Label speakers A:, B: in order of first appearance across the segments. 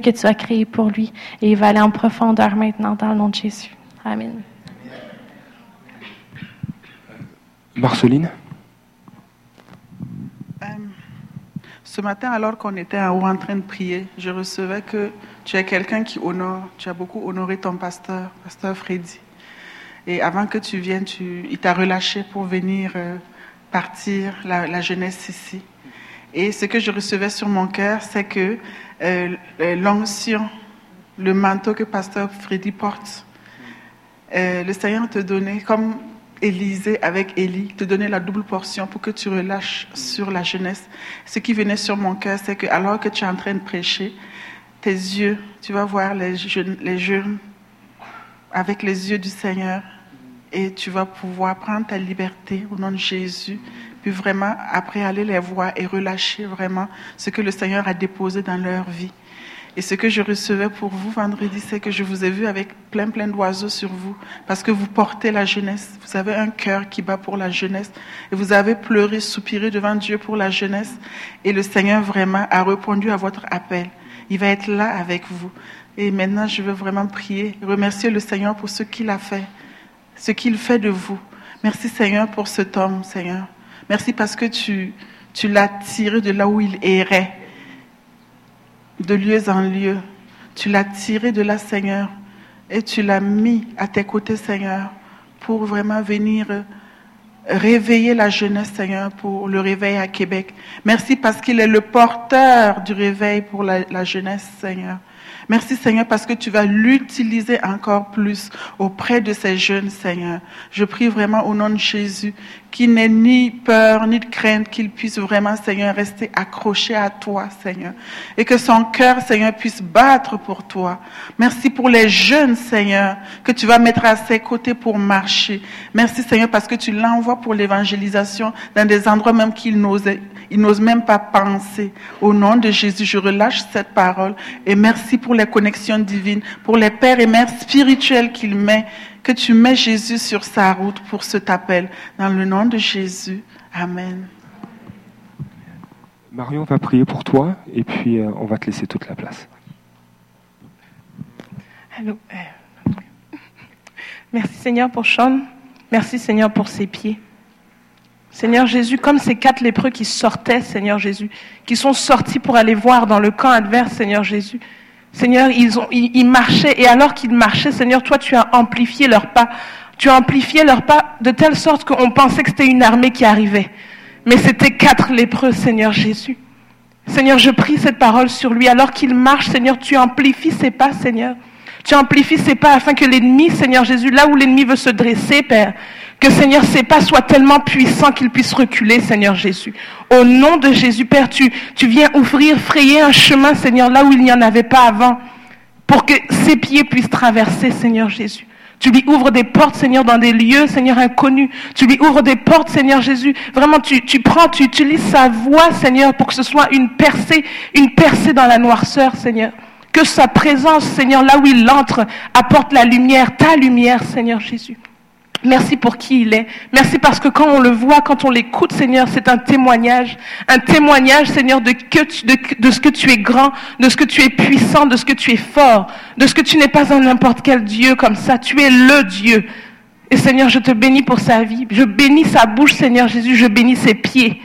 A: que tu as créé pour lui. Et il va aller en profondeur maintenant dans le nom de Jésus. Amen.
B: Marceline
C: Euh, Ce matin, alors qu'on était en haut en train de prier, je recevais que tu es quelqu'un qui honore, tu as beaucoup honoré ton pasteur, pasteur Freddy. Et avant que tu viennes, tu, il t'a relâché pour venir euh, partir la, la jeunesse ici. Et ce que je recevais sur mon cœur, c'est que euh, euh, l'onction, le manteau que pasteur Freddy porte, euh, le Seigneur te donnait, comme Élisée avec Élie, te donnait la double portion pour que tu relâches sur la jeunesse. Ce qui venait sur mon cœur, c'est que alors que tu es en train de prêcher, tes yeux, tu vas voir les jeunes, les jeunes avec les yeux du Seigneur et tu vas pouvoir prendre ta liberté au nom de Jésus, puis vraiment après aller les voir et relâcher vraiment ce que le Seigneur a déposé dans leur vie. Et ce que je recevais pour vous vendredi, c'est que je vous ai vu avec plein plein d'oiseaux sur vous, parce que vous portez la jeunesse, vous avez un cœur qui bat pour la jeunesse, et vous avez pleuré, soupiré devant Dieu pour la jeunesse, et le Seigneur vraiment a répondu à votre appel. Il va être là avec vous. Et maintenant, je veux vraiment prier, remercier le Seigneur pour ce qu'il a fait ce qu'il fait de vous. Merci Seigneur pour cet homme, Seigneur. Merci parce que tu, tu l'as tiré de là où il errait, de lieu en lieu. Tu l'as tiré de là, Seigneur, et tu l'as mis à tes côtés, Seigneur, pour vraiment venir euh, réveiller la jeunesse, Seigneur, pour le réveil à Québec. Merci parce qu'il est le porteur du réveil pour la, la jeunesse, Seigneur. Merci Seigneur parce que tu vas l'utiliser encore plus auprès de ces jeunes, Seigneur. Je prie vraiment au nom de Jésus qu'il n'ait ni peur ni de crainte, qu'il puisse vraiment, Seigneur, rester accroché à toi, Seigneur. Et que son cœur, Seigneur, puisse battre pour toi. Merci pour les jeunes, Seigneur, que tu vas mettre à ses côtés pour marcher. Merci, Seigneur, parce que tu l'envoies pour l'évangélisation dans des endroits même qu'ils n'osaient, ils n'osent même pas penser. Au nom de Jésus, je relâche cette parole et merci pour les connexions divines, pour les pères et mères spirituels qu'il met, que tu mets Jésus sur sa route pour cet appel. Dans le nom de Jésus, Amen.
B: Marion va prier pour toi et puis euh, on va te laisser toute la place.
D: Allô. Euh, Merci Seigneur pour Sean. Merci Seigneur pour ses pieds. Seigneur Jésus, comme ces quatre lépreux qui sortaient, Seigneur Jésus, qui sont sortis pour aller voir dans le camp adverse, Seigneur Jésus. Seigneur, ils, ont, ils, ils marchaient et alors qu'ils marchaient, Seigneur, toi tu as amplifié leurs pas. Tu as amplifié leurs pas de telle sorte qu'on pensait que c'était une armée qui arrivait. Mais c'était quatre lépreux, Seigneur Jésus. Seigneur, je prie cette parole sur lui. Alors qu'il marche, Seigneur, tu amplifies ses pas, Seigneur. Tu amplifies ses pas afin que l'ennemi, Seigneur Jésus, là où l'ennemi veut se dresser, Père, que Seigneur ses pas soient tellement puissants qu'il puisse reculer, Seigneur Jésus. Au nom de Jésus, Père, tu, tu viens ouvrir, frayer un chemin, Seigneur, là où il n'y en avait pas avant, pour que ses pieds puissent traverser, Seigneur Jésus. Tu lui ouvres des portes, Seigneur, dans des lieux, Seigneur, inconnus. Tu lui ouvres des portes, Seigneur Jésus. Vraiment, tu, tu prends, tu utilises sa voix, Seigneur, pour que ce soit une percée, une percée dans la noirceur, Seigneur. Que sa présence, Seigneur, là où il entre, apporte la lumière, ta lumière, Seigneur Jésus. Merci pour qui il est. Merci parce que quand on le voit, quand on l'écoute, Seigneur, c'est un témoignage. Un témoignage, Seigneur, de, que tu- de, de ce que tu es grand, de ce que tu es puissant, de ce que tu es fort, de ce que tu n'es pas un n'importe quel Dieu comme ça. Tu es le Dieu. Et Seigneur, je te bénis pour sa vie. Je bénis sa bouche, Seigneur Jésus. Je bénis ses pieds.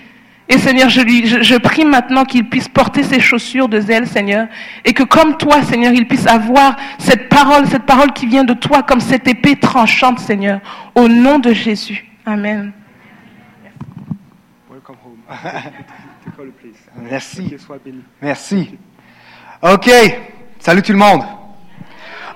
D: Et Seigneur, je, lui, je, je prie maintenant qu'il puisse porter ses chaussures de zèle, Seigneur, et que comme toi, Seigneur, il puisse avoir cette parole, cette parole qui vient de toi comme cette épée tranchante, Seigneur, au nom de Jésus. Amen.
B: Welcome home. please.
E: Merci. Merci. OK. Salut tout le monde.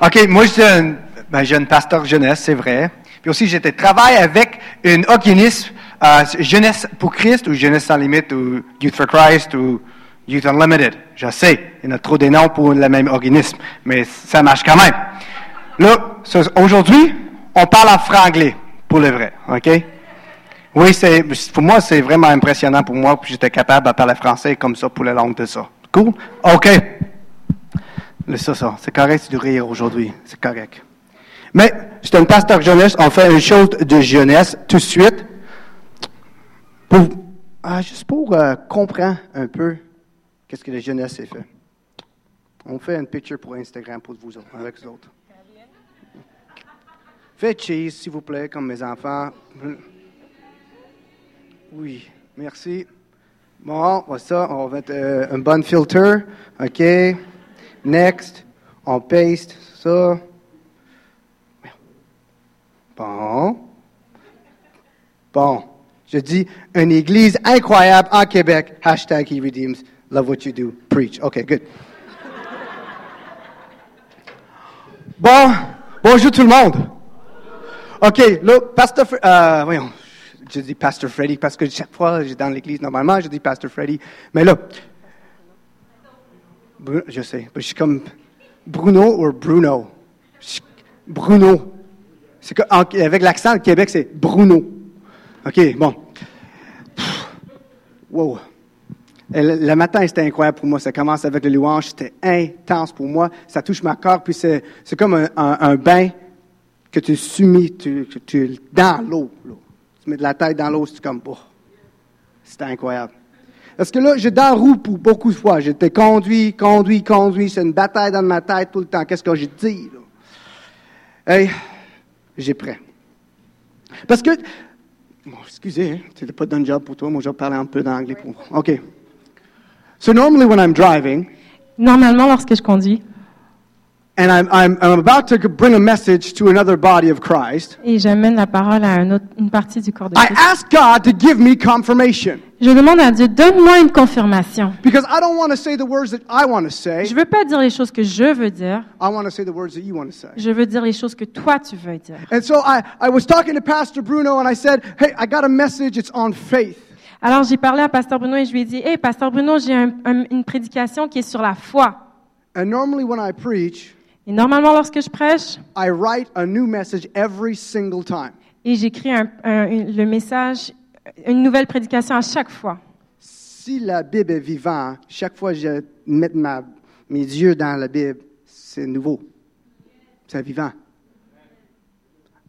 E: OK, moi, j'étais un ben, jeune pasteur jeunesse, c'est vrai. Puis aussi, j'étais travail avec une hockeyiste, euh, Jeunesse pour Christ ou Jeunesse sans limite ou Youth for Christ ou Youth Unlimited. Je sais, il y en a trop des noms pour le même organisme, mais ça marche quand même. Là, ça, aujourd'hui, on parle en franglais, pour le vrai, OK? Oui, c'est pour moi, c'est vraiment impressionnant pour moi, puis j'étais capable de parler français comme ça pour la langue de ça. Cool? OK. Le ça, ça. C'est correct de rire aujourd'hui. C'est correct. Mais c'est un pasteur jeunesse, on fait une chose de jeunesse tout de suite. Pour, ah, juste pour euh, comprendre un peu qu'est-ce que la jeunesse est fait.
F: On fait une picture pour Instagram pour vous autres, avec vous autres. Faites cheese, s'il vous plaît, comme mes enfants. Oui, merci. Bon, on va ça, on va mettre euh, un bon filter. OK. Next. On paste ça. Bon. Bon. Je dis une église incroyable à Québec. Hashtag He Redeems. Love what you do. Preach. OK, good. Bon. Bonjour tout le monde. OK, là, Pasteur. Fre- euh, voyons. Je dis Pasteur Freddy parce que chaque fois, j'ai dans l'église, normalement, je dis Pasteur Freddy. Mais là. Bru- Je sais. Je suis comme Bruno ou Bruno. Je suis- Bruno. C'est que, en- avec l'accent de Québec, c'est Bruno. OK, bon. Pff, Wow. Et Le, le matin, c'était incroyable pour moi. Ça commence avec le louange. C'était intense pour moi. Ça touche ma corps, puis c'est c'est comme un, un- un bain que tu sumis tu, tu- tu- dans l'eau. là. Tu mets de la tête dans l'eau, c'est comme... Oh. C'était incroyable. Parce que là, j'étais en roue pour beaucoup de fois. J'étais conduit, conduit, conduit. C'est une bataille dans ma tête tout le temps. Qu'est-ce que j'ai dit, là? Hey, j'ai prêt. Parce que, bon, excusez, hein, c'était pas d'un job pour toi, moi je vais parler un peu d'anglais pour moi. OK. So normally when I'm driving
A: Normalement, lorsque je conduis
F: and I'm, I'm, I'm about to bring a message to another body of Christ,
A: et j'amène la parole à un autre- une partie du corps de
F: I
A: Christ,
F: ask God to give me confirmation
A: je demande à Dieu, donne-moi une confirmation.
F: because I don't want to say the words that I want to say.
A: Je veux pas dire les choses que je veux dire,
F: I want to say the words that you want to say.
A: je veux dire les choses que toi tu veux dire.
F: And so I, I was talking to Pastor Bruno and I said, hey, I got a message. It's on faith.
A: Alors j'ai parlé à Pasteur Bruno et je lui ai dit, Hey, Pasteur Bruno, j'ai un- un- une prédication qui est sur la foi.
F: And normally when I preach,
A: Et normalement, lorsque je prêche,
F: I write a new message every single time.
A: et j'écris un- un- une- le message, une nouvelle prédication à chaque fois.
F: Si la Bible est vivante, chaque fois que je mets ma- mes yeux dans la Bible, c'est nouveau. C'est vivant.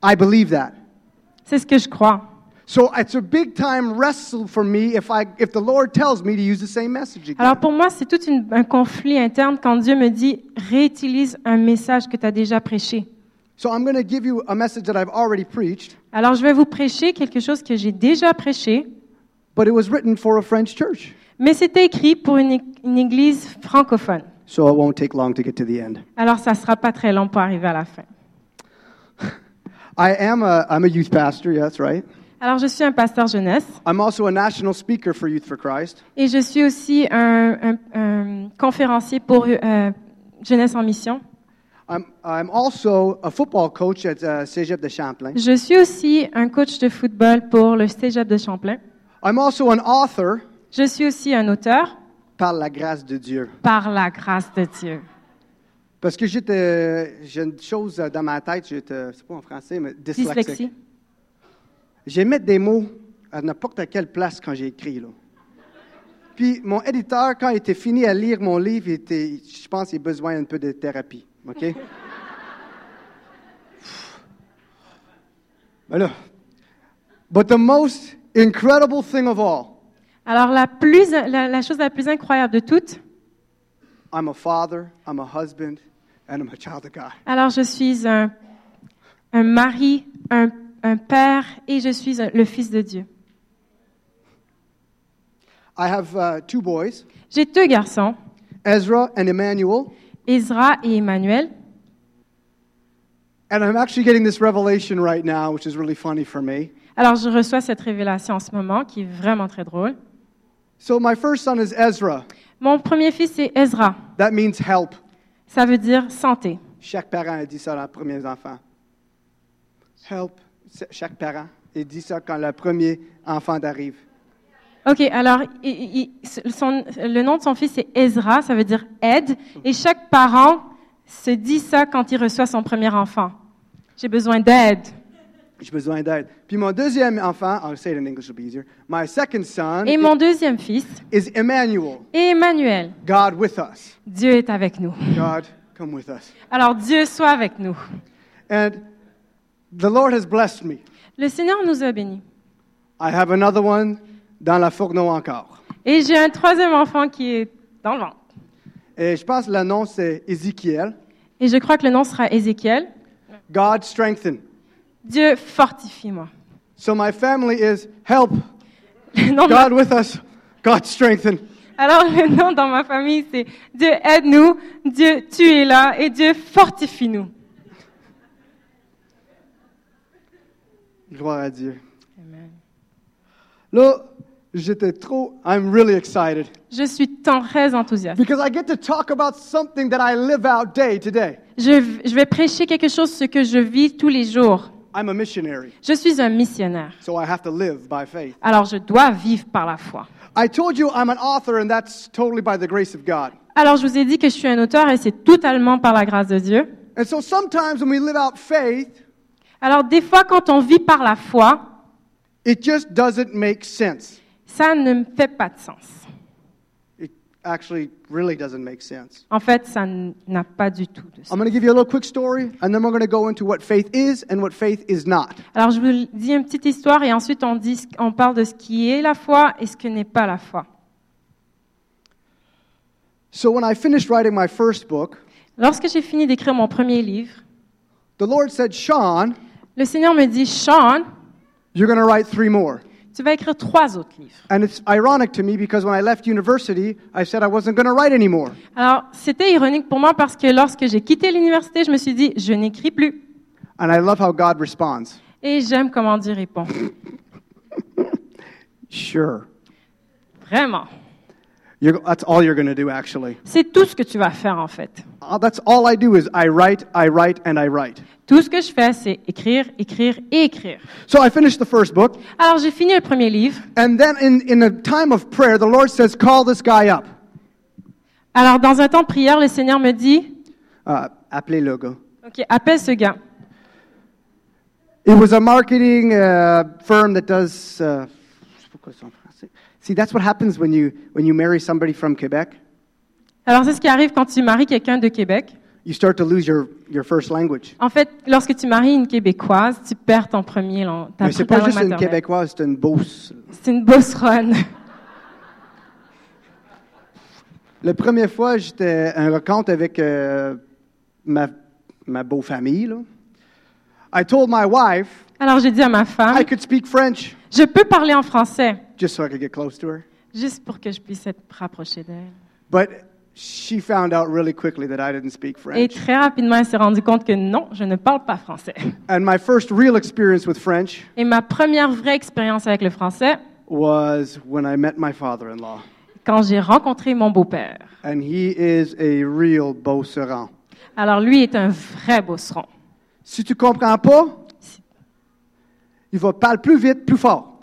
F: I believe that.
A: C'est ce que je crois.
F: So it's a big time wrestle for me if, I, if the Lord tells me to use the same message again.
A: Alors pour moi, c'est tout une- un conflit interne quand Dieu me dit, réutilise un message que tu as déjà prêché.
F: so I'm going to give you a message that I've already preached,
A: Alors je vais vous prêcher quelque chose que j'ai déjà prêché,
F: but it was written for a French church.
A: mais c'était écrit pour une, é- une église francophone.
F: So it won't take long to get to the end.
A: Alors ça sera pas très long pour arriver à la fin.
F: I am a, I'm a youth pastor, yeah, that's right.
A: Alors je suis un pasteur jeunesse
F: I'm also a national speaker for Youth for Christ.
A: et je suis aussi un, un- un conférencier pour euh, Jeunesse en mission.
F: I'm, I'm also a football coach at uh, Cégep de Champlain.
A: Je suis aussi un coach de football pour le Cégep de Champlain.
F: I'm also an author
A: Je suis aussi un auteur
F: par la grâce de Dieu.
A: par la grâce de Dieu.
F: Parce que j'étais, j'ai une chose euh, dans ma tête, j'étais, c'est pas en français, mais dyslexique.
A: Dyslexie.
F: J'ai mis des mots à n'importe quelle place quand j'ai écrit, là. Puis mon éditeur, quand il était fini à lire mon livre, il était, je pense qu'il a besoin un peu de thérapie, OK? voilà. But the most incredible thing of all,
A: Alors la, plus, la, la chose la plus incroyable de toutes,
F: I'm a father, I'm a husband, and I'm a child of God.
A: alors je suis un, un mari, un, un père et je suis un- le fils de Dieu.
F: I have uh, two boys,
A: J'ai deux garçons,
F: Ezra and Emmanuel,
A: Ezra et Emmanuel.
F: and I'm actually getting this revelation right now, which is really funny for me.
A: Alors je reçois cette révélation en ce moment qui est vraiment très drôle.
F: So my first son is Ezra.
A: Mon premier fils c'est Ezra.
F: That means help.
A: Ça veut dire santé.
F: Chaque parent a dit ça à leurs premiers enfants. Help. C'est- Chaque parent a dit ça quand le premier enfant arrive.
A: Ok, alors il- il- son- le nom de son fils c'est Ezra, ça veut dire aide, et chaque parent se dit ça quand il reçoit son premier enfant. J'ai besoin d'aide.
F: J'ai besoin d'aide. Puis mon deuxième enfant, I'll say it in English, it'll be easier. My second son
A: Et mon deuxième fils
F: is Emmanuel.
A: est Emmanuel.
F: God with us.
A: Dieu est avec nous.
F: God, come with us.
A: Alors Dieu soit avec nous.
F: And the Lord has blessed me.
A: Le Seigneur nous a bénis.
F: I have another one dans la fourneau encore.
A: Et j'ai un troisième enfant qui est dans le ventre.
F: Et je pense que l'annonce, c'est Ézéchiel.
A: Et je crois que le nom sera Ézéchiel.
F: God strengthen.
A: Dieu fortifie-moi.
F: So my family is help.
A: Le nom de ma-
F: God with us. God strengthen.
A: Alors le nom dans ma famille, c'est Dieu aide-nous, Dieu tu es là et Dieu fortifie-nous.
F: Gloire à Dieu.
A: Amen.
F: Là, j'étais trop. I'm really excited
A: Je suis très enthousiaste.
F: because I get to talk about something that I live out day to day.
A: Je, je vais prêcher quelque chose, ce que je vis tous les jours.
F: I'm a missionary,
A: Je suis un missionnaire.
F: so I have to live by faith.
A: Alors je dois vivre par la foi.
F: I told you I'm an author, and that's totally by the grace of God.
A: Alors je vous ai dit que je suis un auteur et c'est totalement par la grâce de Dieu.
F: And so sometimes when we live out faith,
A: Alors des fois quand on vit par la foi,
F: it just doesn't make sense.
A: ça ne fait pas de sens.
F: It actually really doesn't make sense.
A: En fait, ça n- n'a pas du tout de sens.
F: I'm going to give you a little quick story, and then we're going to go into what faith is and what faith is not.
A: Alors je vous dis une petite histoire et ensuite on, dit, ce- on parle de ce qui est la foi et ce que n'est pas la foi.
F: So when I finished writing my first book,
A: Lorsque j'ai fini d'écrire mon premier livre,
F: the Lord said, Sean,
A: le Seigneur me dit, Sean,
F: you're going to write three more.
A: tu vas écrire trois autres livres.
F: And it's ironic to me because when I left university, I said I wasn't going to write anymore.
A: Alors c'était ironique pour moi parce que lorsque j'ai quitté l'université, je me suis dit, je n'écris plus.
F: And I love how God responds.
A: Et j'aime comment Dieu répond.
F: Sure.
A: Vraiment.
F: You're, that's all you're going to do, actually.
A: C'est tout ce que tu vas faire en fait.
F: Uh, That's all I do is I write, I write, and I write.
A: Tout ce que je fais, c'est écrire, écrire et écrire.
F: So I finished the first book.
A: Alors j'ai fini le premier livre.
F: And then in, in a time of prayer, the Lord says, call this guy up.
A: Alors dans un temps de prière, le Seigneur me dit,
F: Uh, appelez-le, gars.
A: ok, appelle ce gars.
F: It was a marketing uh, firm that does. Uh, see, that's what happens when you, when you marry somebody from Quebec.
A: Alors c'est ce qui arrive quand tu maries quelqu'un de Québec.
F: You start to lose your, your first language.
A: En fait, lorsque tu maries une Québécoise, tu perds ton premier langue.
F: Mais c'est pas juste une Québécoise, c'est une Beauce.
A: C'est une bosseronne.
F: La première fois, j'étais à un rencontre avec euh, ma, ma beau-famille. là. I told my wife
A: Alors j'ai dit à ma
F: I
A: femme,
F: could speak French
A: je peux parler en français,
F: just so I could get close to her.
A: juste pour que je puisse être rapprochée d'elle.
F: But she found out really quickly that I didn't speak
A: Et
F: French.
A: très rapidement, elle s'est rendue compte que non, je ne parle pas français.
F: And my first real experience with French
A: Et ma première vraie expérience avec le français,
F: was when I met my father in law.
A: quand j'ai rencontré mon beau-père.
F: And he is a real beau serrant.
A: Alors lui est un vrai bosseron.
F: Si tu comprends pas, il va parler plus vite, plus fort.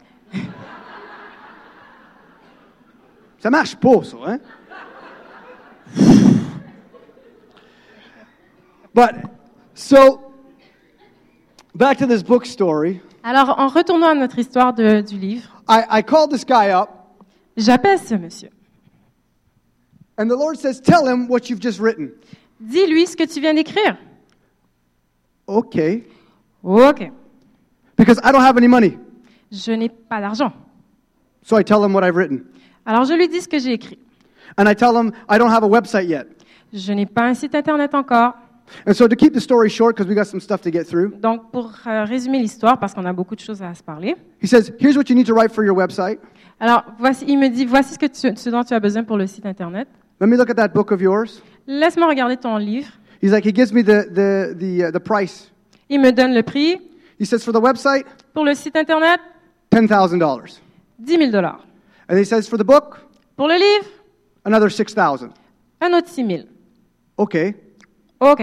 F: ça marche pas, ça, hein? But, so, back to this book story.
A: Alors en retournant à notre histoire de- du livre,
F: I, I called this guy up,
A: j'appelle ce monsieur.
F: and the Lord says, Tell him what you've just written.
A: Dis-lui ce que tu viens d'écrire.
F: Okay.
A: OK.
F: Because I don't have any money.
A: Je n'ai pas d'argent.
F: So I tell him what I've written.
A: Alors je lui dis ce que j'ai écrit.
F: And I tell him I don't have a website yet.
A: Je n'ai pas un site internet encore.
F: And so, to keep the story short, because we got some stuff to get through,
A: Donc pour euh, résumer l'histoire, parce qu'on a beaucoup de choses à se parler.
F: He says, Here's what you need to write for your website.
A: Alors voici, il me dit, voici ce, que tu- ce dont tu as besoin pour le site internet.
F: Let me look at that book of yours.
A: Laisse-moi regarder ton livre.
F: He's like, He gives me the, the, the, uh, the price.
A: Il me donne le prix
F: He says, For the website,
A: pour le site internet,
F: $10,000.
A: 10 000 dollars.
F: And he says, For the book,
A: Pour le livre,
F: another 6000
A: un autre 6 000.
F: Okay.
A: OK.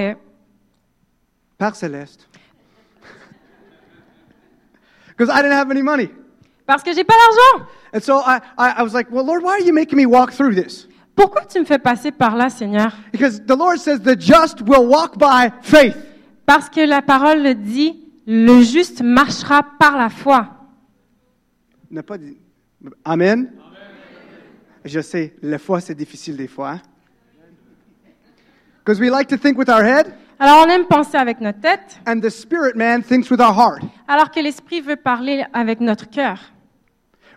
F: Par Celeste. Because I didn't have any money.
A: Parce que j'ai pas d'argent.
F: And so I, I, I was like, Well, Lord, why are you making me walk through this?
A: Pourquoi tu me fais passer par là, Seigneur?
F: Because the Lord says, The just will walk by faith.
A: Parce que la parole le dit, le juste marchera par la foi.
F: N'a pas dit- Amen. Je sais, la foi, c'est difficile des fois. Because we like to think with our head,
A: Alors on aime penser avec notre tête,
F: and the spirit man thinks with our heart.
A: alors que l'esprit veut parler avec notre cœur.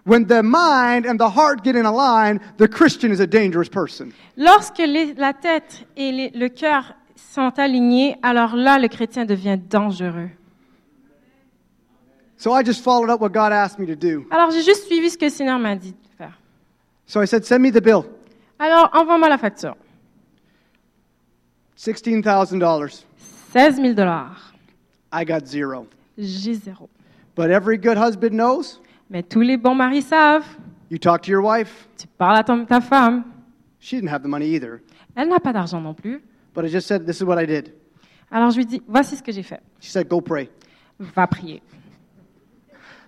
F: When the mind and the heart get in a line, the Christian is a dangerous person.
A: Lorsque les- la tête et les- le cœur sont alignés, alors là, le chrétien devient dangereux.
F: So I just followed up what God asked me to do.
A: Alors, j'ai juste suivi ce que le Seigneur m'a dit de faire.
F: So I said, send me the bill,
A: Alors, envoie-moi la facture.
F: $16,000.
A: 16 000 dollars.
F: I got zero.
A: J'ai zéro.
F: But every good husband knows
A: Mais tous les bons maris savent.
F: you talk to your wife.
A: Tu parles à ton- ta femme.
F: She didn't have the money either.
A: Elle n'a pas d'argent non plus.
F: But I just said, this is what I did.
A: Alors, je lui dis, voici ce que j'ai fait.
F: She said, go pray.
A: Va prier.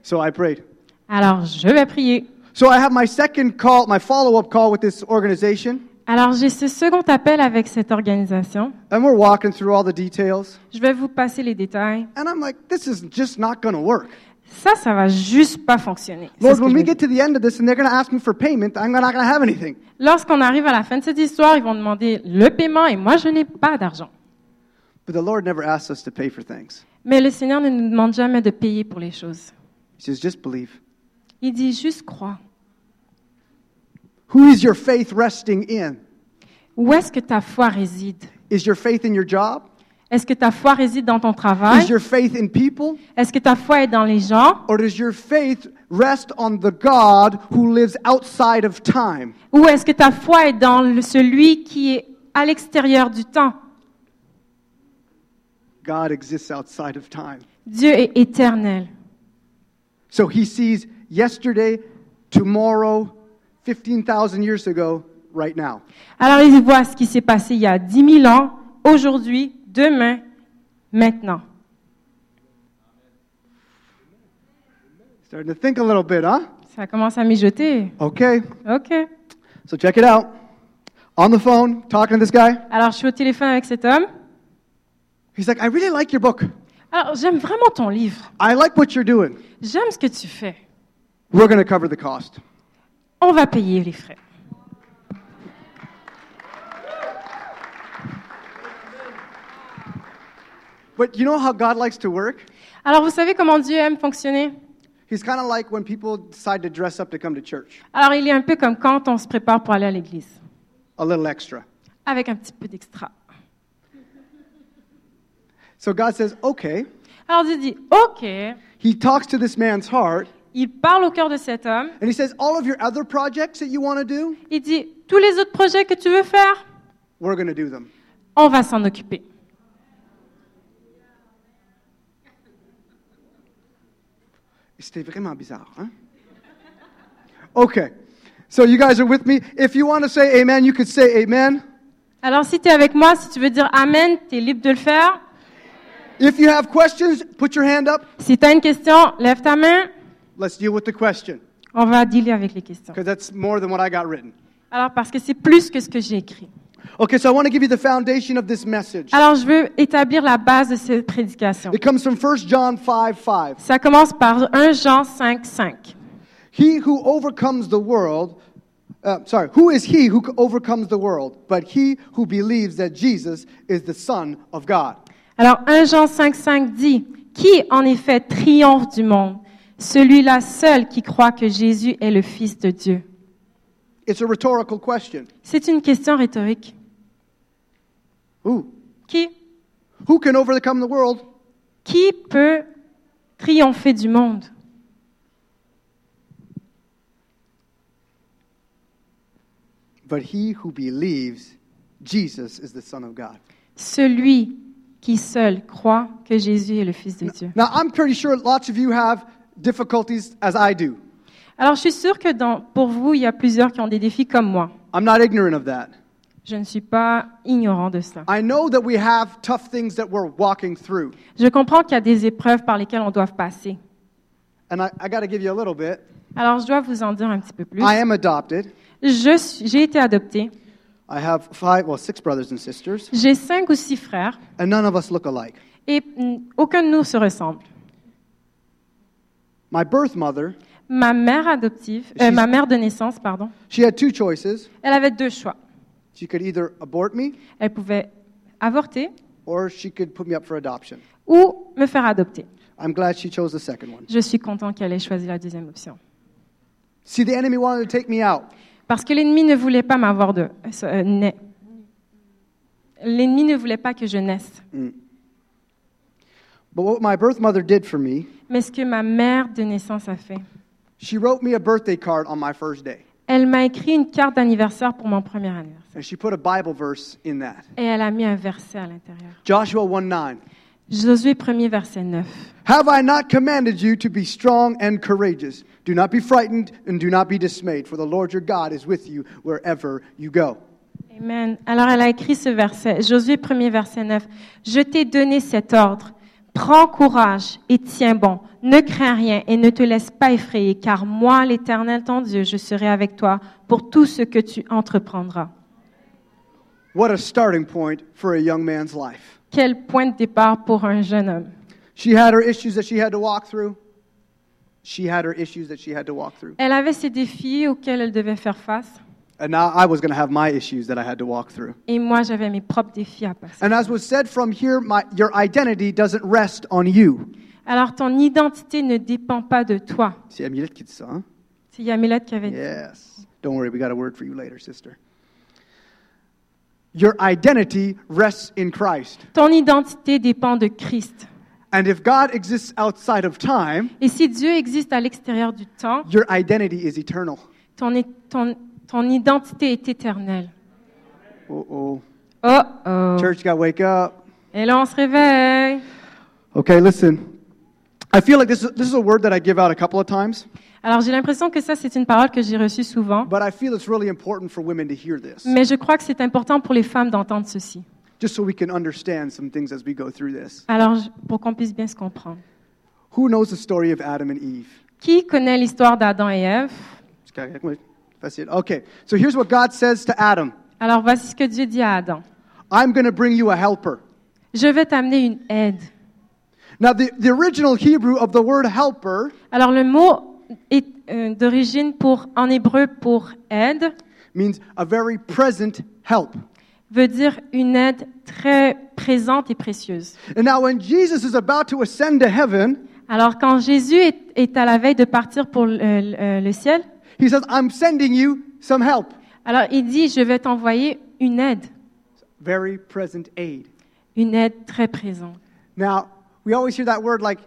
F: So I prayed.
A: Alors, je vais prier.
F: So I have my second call, my follow up call with this organization,
A: Alors, j'ai ce second appel avec cette organisation.
F: and we're walking through all the details.
A: Je vais vous passer les détails.
F: And I'm like, this is just not going to work.
A: Ça, ça va juste pas fonctionner. C'est
F: Lord,
A: ce que
F: when
A: je
F: we
A: me dis.
F: get to the end of this and they're going to ask me for payment, I'm not going to have anything.
A: Lorsqu'on arrive à la fin de cette histoire, ils vont demander le paiement et moi, je n'ai pas d'argent.
F: But the Lord never asks us to pay for things.
A: Mais le Seigneur ne nous demande jamais de payer pour les choses.
F: He says, just believe.
A: Il dit juste crois.
F: Who is your faith resting in?
A: Où est-ce que ta foi réside?
F: Is your faith in your job?
A: Est-ce que ta foi réside dans ton
F: Is
A: travail?
F: your faith in people?
A: Est-ce que ta foi est dans les gens?
F: Or does your faith rest on the God who lives outside of time?
A: Ou est-ce que ta foi est dans le- celui qui est à l'extérieur du temps?
F: God exists outside of time.
A: Dieu est éternel.
F: So he sees yesterday, tomorrow, 15,000 years ago, right now.
A: Alors il voit ce qui s'est passé il y a 10 000 ans, aujourd'hui, demain, maintenant.
F: Starting to think a little bit, huh?
A: Ça commence à mijoter.
F: Okay,
A: OK.
F: so check it out. On the phone, talking to this guy.
A: Alors je suis au téléphone avec cet homme.
F: He's like, I really like your book.
A: Alors j'aime vraiment ton livre.
F: I like what you're doing.
A: J'aime ce que tu fais.
F: We're going to cover the cost.
A: On va payer les frais.
F: But you know how God likes to work?
A: Alors vous savez comment Dieu aime fonctionner?
F: He's kind of like when people decide to dress up to come to church,
A: Alors il est un peu comme quand on se prépare pour aller à l'église,
F: a little extra.
A: avec un petit peu d'extra.
F: So God says, okay.
A: Alors Dieu dit, OK,
F: He talks to this man's heart
A: il parle au cœur de cet homme,
F: and he says, all of your other projects that you want to do,
A: il dit, tous les autres projets que tu veux faire,
F: we're going to do them.
A: on va s'en occuper.
F: C'était vraiment bizarre, hein? Okay. So you guys are with me. If you want to say amen, you could say amen.
A: Alors si tu es avec moi, si tu veux dire Amen, tu es libre de le faire.
F: If you have questions, put your hand up.
A: Si tu as une question, lève ta main.
F: Let's deal with the question
A: On va dealer avec les questions.
F: because that's more than what I got written.
A: Alors parce que c'est plus que ce que j'ai écrit.
F: Okay, so I want to give you the foundation of this message.
A: Alors je veux établir la base de cette prédication.
F: It comes from 1 John 5 5.
A: Ça commence par 1 Jean 5, 5.
F: He who overcomes the world, uh, sorry, who is he who overcomes the world but he who believes that Jesus is the Son of God?
A: Alors 1 Jean 5, 5 dit, Qui en effet triomphe du monde Celui-là seul qui croit que Jésus est le Fils de Dieu.
F: It's a rhetorical question.
A: C'est une question rhétorique.
F: Ooh.
A: Qui,
F: Who can overcome the world?
A: qui peut triompher du monde
F: But he who believes Jesus is the Son of God.
A: Celui qui seul croit que Jésus est le Fils de Dieu.
F: Now, I'm pretty sure lots of you have difficulties as I do.
A: Alors je suis sûre que dans- pour vous, il y a plusieurs qui ont des défis comme moi.
F: I'm not ignorant of that.
A: Je ne suis pas ignorant de ça.
F: I know that we have tough things that we're walking through.
A: Je comprends qu'il y a des épreuves par lesquelles on doit passer.
F: And I, I got to give you a little bit.
A: Alors je dois vous en dire un petit peu plus.
F: I am adopted.
A: Je suis- J'ai été adoptée.
F: I have five, well, six brothers and sisters,
A: J'ai cinq ou six frères
F: and none of us look alike.
A: et mm, aucun de nous se ressemble.
F: My birth mother,
A: Ma mère adoptive, euh,
F: She's-
A: ma mère de naissance, pardon,
F: she had two choices.
A: elle avait deux choix.
F: She could either abort me
A: Elle pouvait avorter
F: or she could put me up for adoption.
A: ou me faire adopter.
F: I'm glad she chose the second one.
A: Je suis content qu'elle ait choisi la deuxième option.
F: See, the enemy wanted to take me out.
A: Parce que l'ennemi ne voulait pas m'avoir de euh, né. L'ennemi ne voulait pas que je naisse.
F: But what my birth mother did for me,
A: Mais ce que ma mère de naissance a fait,
F: she wrote me a birthday card on my first day.
A: elle m'a écrit une carte d'anniversaire pour mon premier anniversaire.
F: And she put a Bible verse in that.
A: Et elle a mis un verset à l'intérieur.
F: Joshua 1 9.
A: Josué 1er, verset 9.
F: Have I not commanded you to be strong and courageous? Do not be frightened and do not be dismayed, for the Lord your God is with you wherever you go.
A: Amen. Alors elle a écrit ce verset, Josué 1er, verset 9. Je t'ai donné cet ordre. Prends courage et tiens bon. Ne crains rien et ne te laisse pas effrayer, car moi, l'Éternel ton Dieu, je serai avec toi pour tout ce que tu entreprendras.
F: What a starting point for a young man's life.
A: Quel point de départ pour un jeune homme.
F: She had her issues that she had to walk through. She had her issues that she had to walk through.
A: Elle avait ses défis auxquels elle devait faire face,
F: And now I was going to have my issues that I had to walk through.
A: et moi, j'avais mes propres défis à passer.
F: And as was said from here, my, your identity doesn't rest on you.
A: Alors, ton identité ne dépend pas de toi.
F: C'est Amulette qui dit ça, hein?
A: C'est Yamilette qui avait dit.
F: Yes. Don't worry, we got a word for you later, sister. Your identity rests in Christ.
A: Ton identité dépend de Christ.
F: And if God exists outside of time,
A: Et si Dieu existe à l'extérieur du temps,
F: your identity is eternal.
A: ton, é- ton- ton identité est éternelle.
F: Uh-oh.
A: Oh oh.
F: Church got wake up.
A: Et là, on se réveille.
F: Okay, listen. I feel like this is, this is a word that I give out a couple of times,
A: Alors, j'ai l'impression que ça, c'est une parole que j'ai reçue souvent,
F: but I feel it's really important for women to hear this,
A: mais je crois que c'est important pour les femmes d'entendre ceci.
F: just so we can understand some things as we go through this.
A: Alors, je- pour qu'on puisse bien se comprendre.
F: Who knows the story of Adam and Eve?
A: Qui connaît l'histoire d'Adam et Ève?
F: Just gotta- wait, That's it. Okay, so here's what God says to Adam
A: Alors, voici ce que Dieu dit à Adam.
F: I'm going to bring you a helper.
A: Je vais t'amener une aide.
F: Now, the, the original Hebrew of the word helper
A: Alors, le mot est euh, d'origine pour, en hébreu pour aide
F: means a very present help.
A: veut dire une aide très présente et précieuse.
F: And now, when Jesus is about to ascend to heaven,
A: Alors, quand Jésus est, est à la veille de partir pour le, le- le ciel,
F: he says, I'm sending you some help.
A: alors il dit, je vais t'envoyer une aide,
F: Very present aid.
A: une aide très présente.
F: Now, we always hear that word like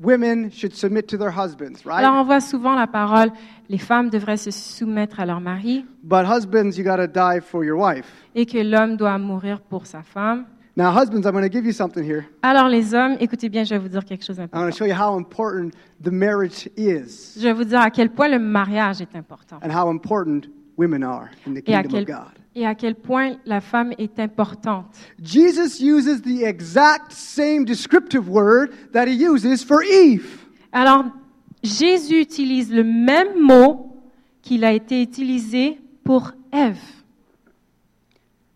F: women should submit to their husbands, right?
A: Alors, on voit souvent la parole, les femmes devraient se soumettre à leur mari
F: But husbands, you got to die for your wife.
A: et que l'homme doit mourir pour sa femme.
F: Now, husbands, I'm going to give you something here.
A: Alors, les hommes, écoutez bien, je vais vous dire quelque chose
F: I'm going
A: d'important.
F: to show you how important the marriage is.
A: Je vais vous dire à quel point le mariage est important
F: and how important women are in the
A: et à
F: kingdom
A: quel,
F: of God.
A: et à quel point la femme est importante.
F: Jesus uses the exact same descriptive word that he uses for Eve.
A: Alors, Jésus utilise le même mot qu'il a été utilisé pour Ève.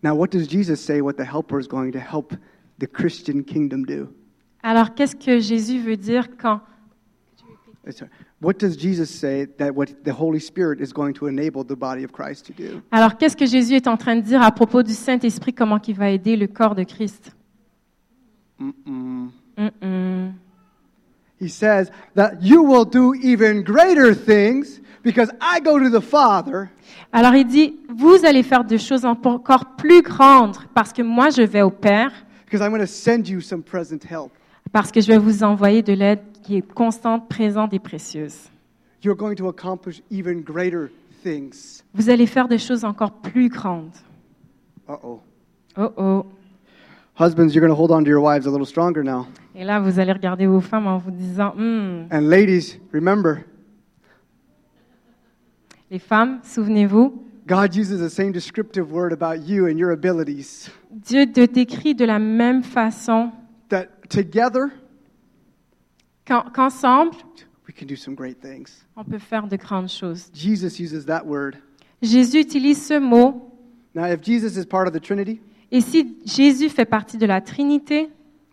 F: Now, what does Jesus say what the helper is going to help the Christian kingdom do?
A: Alors, qu'est-ce que Jésus veut dire quand
F: Uh, sorry. What does Jesus say that what the Holy Spirit is going to enable the body of Christ to do?
A: Alors, qu'est-ce que Jésus est en train de dire à propos du Saint-Esprit, comment qu'il va aider le corps de Christ
F: Mm-mm.
A: Mm-mm.
F: He says that you will do even greater things because I go to the Father
A: Alors, il dit, vous allez faire des choses encore plus grandes parce que moi, je vais au Père,
F: because I'm going to send you some present help.
A: parce que je vais vous envoyer de l'aide qui est constante, présente et précieuse.
F: You're going to accomplish even greater things.
A: Vous allez faire des choses encore plus grandes.
F: Uh oh.
A: Oh oh.
F: Husbands, you're going to hold on to your wives a little stronger now.
A: Et là, vous allez regarder vos femmes en vous disant, Hmm,
F: And ladies, remember,
A: les femmes, souvenez-vous,
F: God uses the same descriptive word about you and your abilities.
A: Dieu te décrit de la même façon
F: That together,
A: qu'en- qu'ensemble,
F: we can do some great things.
A: on peut faire de grandes choses.
F: Jesus uses that word.
A: Jésus utilise ce mot,
F: Now, if Jesus is part of the Trinity,
A: et si Jésus fait partie de la Trinité,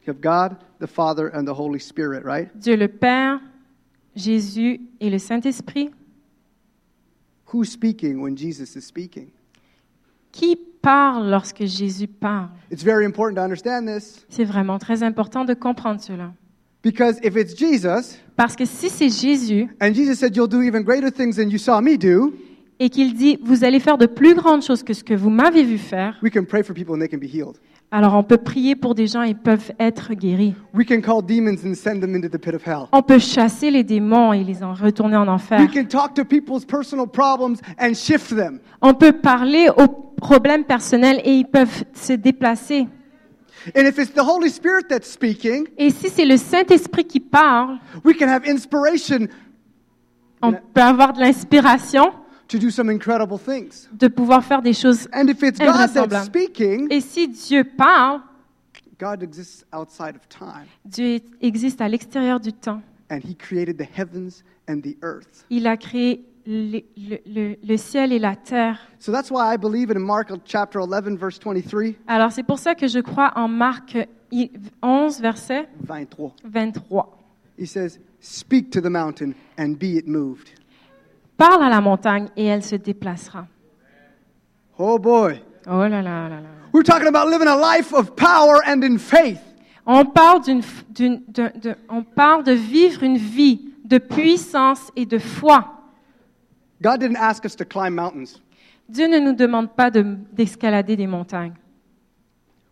F: you have God, the Father, and the Holy Spirit, right?
A: Dieu le Père, Jésus et le Saint-Esprit,
F: Who's speaking when Jesus is speaking?
A: qui parle lorsque Jésus parle?
F: It's very important to understand this
A: C'est vraiment très important de comprendre cela.
F: Because if it's Jesus,
A: Parce que si c'est Jésus
F: and Jesus said, You'll do even greater things than you saw me do,
A: et qu'il dit, vous allez faire de plus grandes choses que ce que vous m'avez vu faire,
F: we can pray for people and they can be healed.
A: alors on peut prier pour des gens, ils peuvent être guéris.
F: We can call demons and send them into the pit of hell.
A: On peut chasser les démons et les en retourner en enfer.
F: We can talk to people's personal problems and shift them.
A: On peut parler aux problèmes personnels et ils peuvent se déplacer.
F: And if it's the Holy Spirit that's speaking,
A: Et si c'est le Saint-Esprit qui parle,
F: we can have inspiration
A: on peut avoir de l'inspiration
F: to do some incredible things.
A: de pouvoir faire des choses
F: And if it's God that's
A: invraisemblables.
F: speaking,
A: Et si Dieu parle,
F: God exists outside of time,
A: Dieu existe à l'extérieur du temps.
F: and He created the heavens and the earth.
A: Il a créé le, le- le- le ciel et la terre.
F: So that's why I believe in Mark chapter 11, verse 23.
A: Alors c'est pour ça que je crois en Marc 11, verset
F: 23.
A: 23.
F: He says, Speak to the mountain and be it moved.
A: Parle à la montagne et elle se déplacera.
F: Oh boy.
A: Oh là là là là.
F: We're talking about living a life of power and in faith.
A: On parle, d'une, f- d'une- d'un- de, on parle de vivre une vie de puissance et de foi.
F: God didn't ask us to climb mountains.
A: Dieu ne nous demande pas de- d'escalader des montagnes.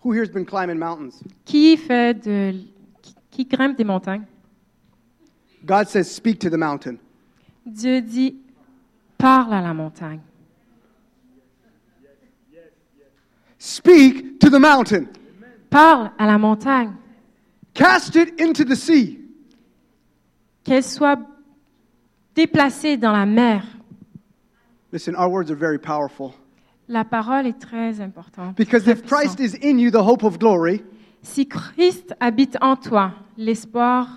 F: Who here's been climbing mountains?
A: Qui fait de, qui, qui grimpe des montagnes?
F: God says, Speak to the mountain.
A: Dieu dit, parle à la montagne.
F: Speak to the mountain.
A: Parle à la montagne.
F: Cast it into the sea.
A: Qu'elle soit déplacée dans la mer.
F: Listen, our words are very powerful.
A: La parole est très importante.
F: Because
A: très
F: if Christ
A: puissante.
F: is in you, the hope of glory,
A: Si Christ habite en toi, l'espoir,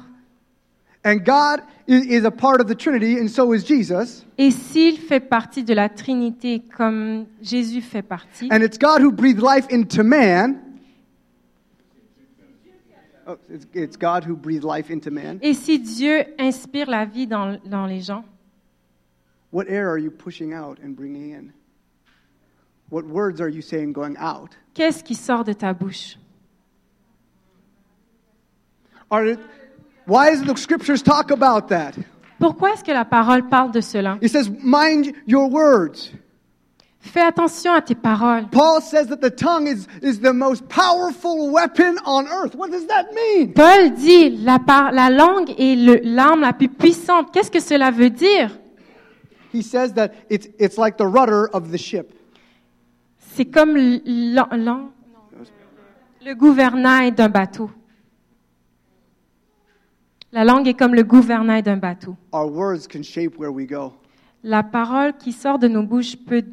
F: and God i- is a part of the Trinity, and so is Jesus,
A: et s'il fait partie de la Trinité comme Jésus fait partie,
F: and it's God who breathed life into man. Oh, it's, it's God who breathed life into man.
A: et si Dieu inspire la vie dans, dans les gens,
F: What air are you pushing out and bringing in? What words are you saying going out?
A: qu'est-ce qui sort de ta bouche?
F: Are it, why does the scriptures talk about that?
A: Pourquoi est-ce que la parole parle de cela?
F: It says, mind your words.
A: Fais attention à tes paroles.
F: Paul says that the tongue is, is the most powerful weapon on earth. What does that mean?
A: Paul dit la, par- la langue est le- l'arme la plus puissante. Qu'est-ce que cela veut dire?
F: He says that it's, it's like the rudder of the ship.
A: C'est comme l- l'an- l'an- le gouvernail d'un bateau. La langue est comme le gouvernail d'un bateau.
F: Our words can shape where we go.
A: La parole qui sort de nos bouches peut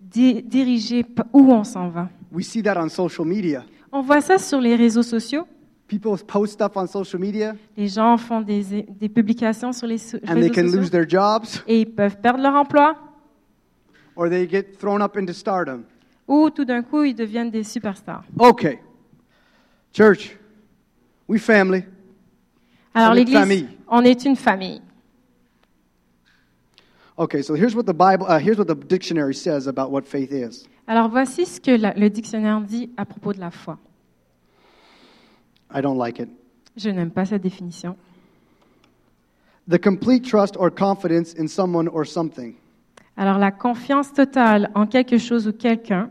A: di- diriger p- où on s'en va.
F: We see that on social media.
A: On voit ça sur les réseaux sociaux.
F: People post stuff on social media
A: Les gens font des, des publications sur les so-
F: and they
A: réseaux
F: can lose
A: sociaux
F: their jobs
A: et ils peuvent perdre leur emploi
F: or they get thrown up into stardom.
A: ou tout d'un coup ils deviennent des superstars.
F: Okay. Church, we family.
A: Alors
F: On est une
A: l'Église,
F: famille.
A: on est une famille.
F: Okay, so here's what the Bible, uh, here's what the dictionary says about what faith is.
A: Alors voici ce que la- le dictionnaire dit à propos de la foi.
F: I don't like it.
A: Je n'aime pas cette définition.
F: The complete trust or confidence in someone or something.
A: Alors la confiance totale en quelque chose ou quelqu'un,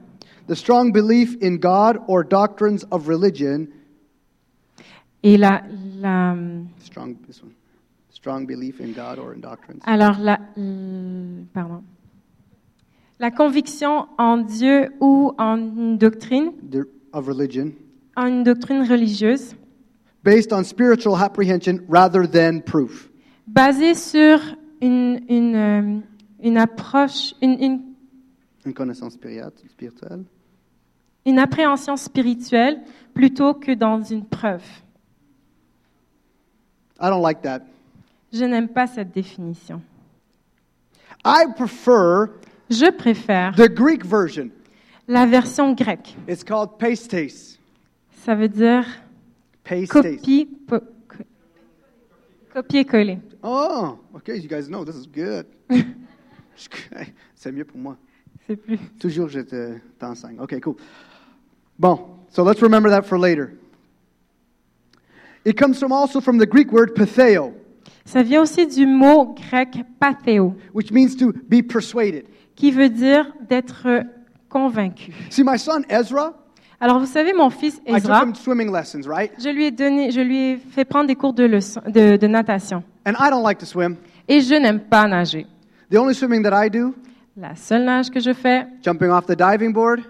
F: The strong belief in God or doctrines of religion.
A: et la, la-
F: Strong, this one. Strong belief in God or in doctrines.
A: alors la, euh, pardon, la conviction en Dieu ou en une doctrine,
F: the- of religion.
A: en une doctrine religieuse,
F: Based on spiritual apprehension rather than proof.
A: basée sur une, une, euh, une approche, une- une
F: Une connaissance spiriat- spirituelle.
A: une appréhension spirituelle plutôt que dans une preuve.
F: I don't like that.
A: Je n'aime pas cette définition.
F: I prefer
A: Je préfère
F: the Greek version.
A: la version grecque.
F: It's called pastes.
A: Ça veut dire
F: Pastes.
A: copie, po- co- copier-coller.
F: Oh, okay, you guys know this is good. C'est mieux pour moi.
A: C'est plus.
F: Toujours, je te- t'enseigne. Okay, cool. Bon, so let's remember that for later. It comes from also from the Greek word patheo,
A: Ça vient aussi du mot grec pathéo,
F: which means to be persuaded.
A: qui veut dire d'être convaincu.
F: See, my son Ezra,
A: Alors, vous savez, mon fils
F: I took
A: Ezra,
F: him swimming lessons, right?
A: je lui ai donné, je lui ai fait prendre des cours de, leçon- de, de natation.
F: And I don't like to swim.
A: Et je n'aime pas nager.
F: The only swimming that I do,
A: La seule nage que je fais,
F: jumping off the diving board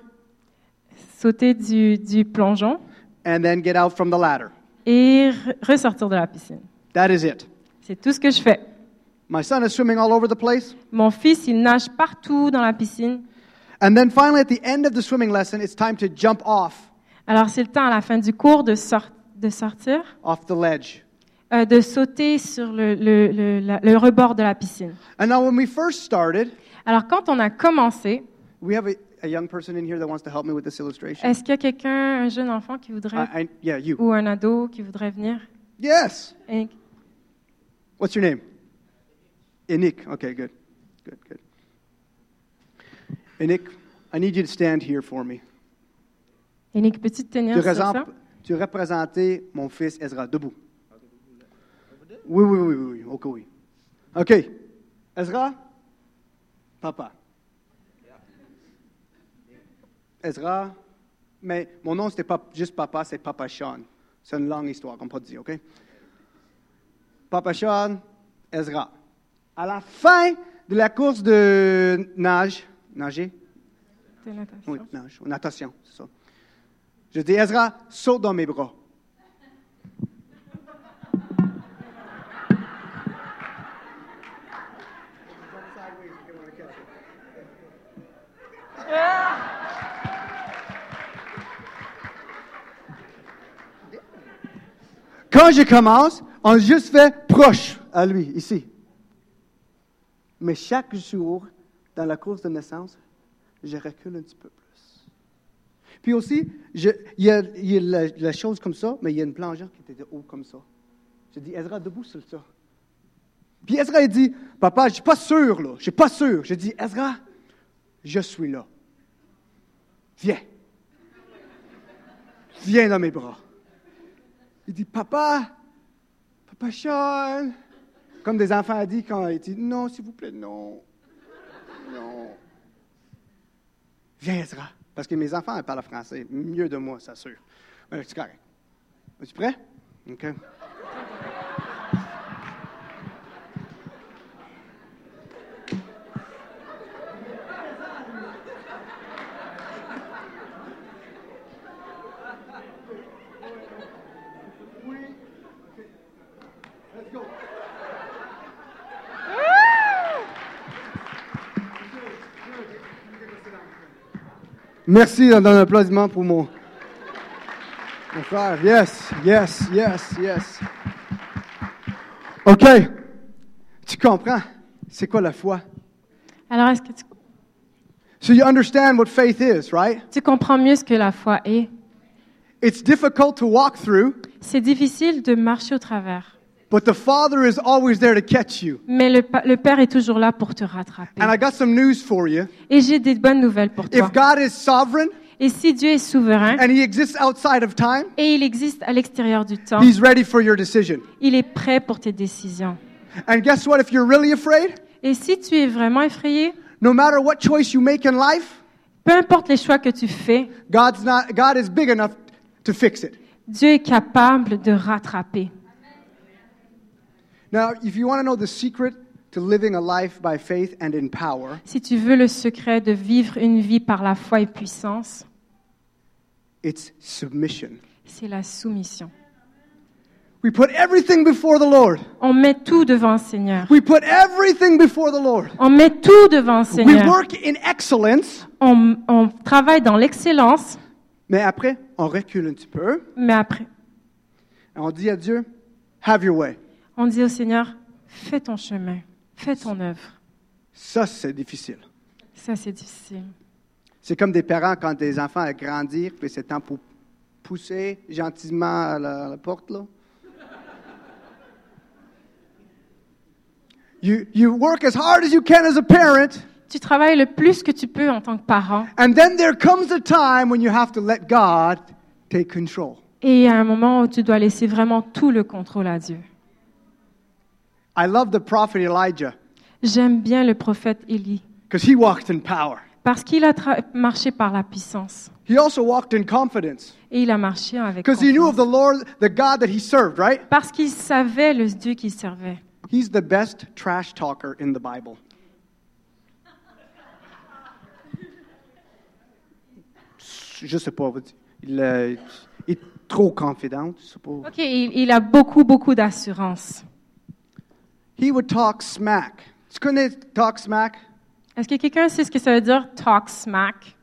A: sauter du, du plongeon
F: and then get out from the ladder.
A: et re- ressortir de la piscine.
F: That is it.
A: C'est tout ce que je fais.
F: My son is swimming all over the place.
A: Mon fils, il nage partout dans la piscine.
F: And then finally, at the end of the swimming lesson, it's time to jump off,
A: Alors, c'est le temps à la fin du cours de, sor- de sortir,
F: off the ledge.
A: euh, de sauter sur le, le- le- la- le rebord de la piscine.
F: And now, when we first started,
A: Alors, quand on a commencé,
F: we have a, a young person in here that wants to help me with this illustration.
A: est-ce qu'il y a quelqu'un, un jeune enfant qui voudrait,
F: I, I, yeah, you.
A: ou un ado qui voudrait venir?
F: Yes.
A: Et-
F: What's your name? Inik. Okay, good. Good, good. Inik, I need you to stand here for me.
A: Yannick, peux-tu te tenir
F: Tu,
A: sur
F: représentes-
A: ça?
F: tu représentais mon fils Ezra, debout. Oui, oui, oui, oui, oui, ok, oui. OK. Ezra, papa. Ezra, mais mon nom, c'était pas juste papa, c'est Papa Sean. C'est une longue histoire, comme pas dit, OK? Papa Sean, Ezra. À la fin de la course de nage, nager,
A: De natation.
F: oui, nage, ou natation, c'est ça. Je dis, Ezra, saute dans mes bras. Quand je commence, on juste fait proche à lui, ici. Mais chaque jour, dans la course de naissance, je recule un petit peu plus. Puis aussi, je- il y a, il y a la, la chose comme ça, mais il y a une plongeur qui était de haut comme ça. Je dis, Ezra, debout sur ça. Puis Ezra, il dit, papa, je suis pas sûr, là. Je suis pas sûr. Je dis, Ezra, je suis là. Viens. Viens dans mes bras. Il dit, papa, papa Sean. Comme des enfants a dit quand il dit, non, s'il vous plaît, non. Non. Viens, Ezra. Parce que mes enfants, ils parlent français. Mieux de moi, c'est sûr. Mais c'est correct. Es-tu prêt? OK. Merci d'un d'un applaudissement pour mon, mon frère. Yes, yes, yes, yes. OK. Tu comprends c'est quoi la foi?
A: Alors, est-ce que tu,
F: So you understand what faith is, right?
A: tu comprends mieux ce que la foi est?
F: It's difficult to walk through,
A: C'est difficile de marcher au travers,
F: but the Father is always there to catch you.
A: mais le, pa- le Père est toujours là pour te rattraper.
F: And I got some news for you.
A: Et j'ai des bonnes nouvelles pour toi.
F: If God is sovereign
A: Et si Dieu est souverain
F: and He exists outside of time,
A: et il existe à l'extérieur du temps,
F: He's ready for your decision.
A: il est prêt pour tes décisions.
F: And guess what? If you're really afraid,
A: Et si tu es vraiment effrayé,
F: no matter what choice you make in life,
A: peu importe les choix que tu fais,
F: God's not, God is big enough to fix it.
A: Dieu est capable de rattraper.
F: Now, if you want to know the secret to living a life by faith and in power,
A: Si tu veux le secret de vivre une vie par la foi et puissance,
F: it's submission.
A: c'est la soumission.
F: We put everything before the Lord.
A: On met tout devant le Seigneur.
F: We put everything before the Lord.
A: On met tout devant le
F: We
A: Seigneur.
F: work in excellence,
A: On, on travaille dans l'excellence,
F: mais après, on recule un petit peu
A: mais après,
F: et on dit à Dieu, have your way.
A: on dit au Seigneur, fais ton chemin, fais ton œuvre.
F: Ça, c'est difficile.
A: Ça, c'est difficile.
F: C'est comme des parents quand des enfants grandirent, puis c'est temps pour pousser gentiment à la, à la porte, là. You, you work as hard as you can as a parent,
A: Tu travailles le plus que tu peux en tant que parent.
F: and then there comes a time when you have to let God take control.
A: Et à un moment où tu dois laisser vraiment tout le contrôle à Dieu.
F: I love the prophet Elijah
A: J'aime bien le prophète Élie
F: because he walked in power.
A: parce qu'il a tra- marché par la puissance
F: He also walked in confidence
A: et il a marché avec
F: because he knew of
A: confiance.
F: the Lord, the God that he served, right?
A: parce qu'il savait le Dieu qu'il servait.
F: He's the best trash talker in the Bible. Je sais pas, il, euh, il est trop confident, je sais pas.
A: Ok, il, il a beaucoup, beaucoup d'assurance.
F: He would talk smack. Tu connais talk smack?
A: Est-ce que quelqu'un sait ce que ça veut dire talk smack?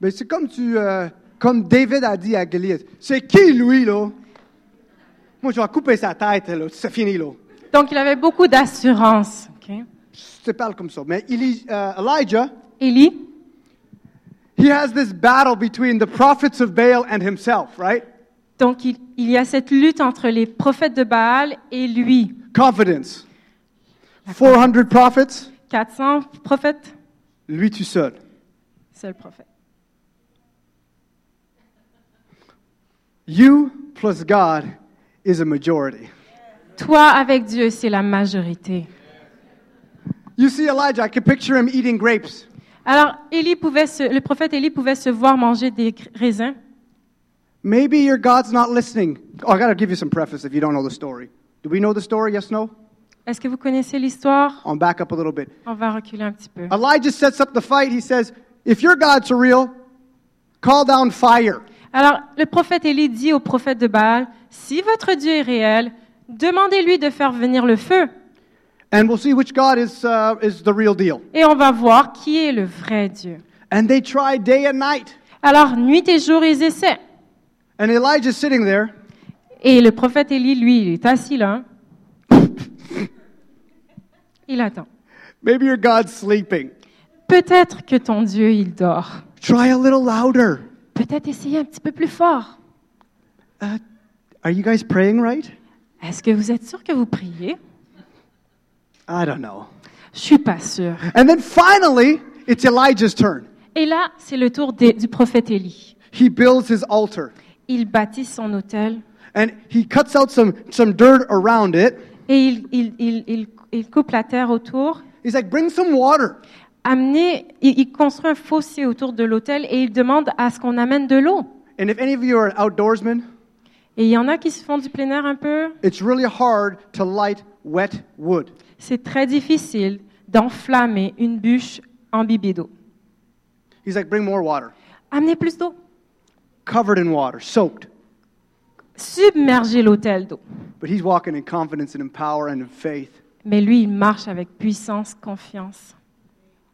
F: Mais c'est comme tu, euh, comme David a dit à Goliath. C'est qui lui là? Moi, je vais couper sa tête là. C'est fini là.
A: Donc, il avait beaucoup d'assurance. ok?
F: Je te parle comme ça. Mais Eli- euh, Elijah,
A: Élie,
F: he has this battle between the prophets of Baal and himself, right?
A: donc il, il y a cette lutte entre les prophètes de Baal et lui.
F: Confidence. 400 prophets,
A: 400 prophètes,
F: lui tout seul.
A: seul prophète.
F: You plus God is a majority.
A: Toi avec Dieu, c'est la majorité.
F: You see Elijah, I can picture him eating grapes.
A: Alors, Élie pouvait se- le prophète Élie pouvait se voir manger des gr- raisins.
F: Maybe your God's not listening. Oh, I got to give you some preface if you don't know the story. Do we know the story? Yes, no?
A: Est-ce que vous connaissez l'histoire?
F: On back up a little bit.
A: On va reculer un petit peu.
F: Elijah sets up the fight. He says, If your gods are real, call down fire.
A: Alors, le prophète Élie dit au prophète de Baal, si votre Dieu est réel, demandez-lui de faire venir le feu
F: And we'll see which God is, uh, is the real deal.
A: et on va voir qui est le vrai Dieu.
F: And they try day and night.
A: Alors, nuit et jour, ils essaient.
F: And Elijah's sitting there.
A: Et le prophète Élie, lui, il est assis là. hein. Il attend.
F: Maybe your God's sleeping.
A: Peut-être que ton Dieu, il dort.
F: Try a little louder.
A: Peut-être essayer un petit peu plus fort.
F: Uh, are you guys praying right?
A: Est-ce que vous êtes sûr que vous priez?
F: I don't know.
A: Je suis pas sûre.
F: And then finally, it's Elijah's turn.
A: Et là, c'est le tour des- du prophète Élie.
F: He builds his altar
A: Il bâtit son autel
F: and he cuts out some, some dirt around it.
A: et il, il- il- il- il coupe la terre autour.
F: He's like, bring some water.
A: Amener, il, il construit un fossé autour de l'autel et il demande à ce qu'on amène de l'eau.
F: And if any of you are an outdoorsman,
A: Et il y en a qui se font du plein air un peu.
F: it's really hard to light wet wood.
A: C'est très difficile d'enflammer une bûche imbibée d'eau.
F: He's like, bring more water.
A: Amener plus d'eau.
F: Covered in water, soaked.
A: Submerger l'autel d'eau.
F: But he's walking in confidence and in power and in faith.
A: Mais lui, il marche avec puissance, confiance.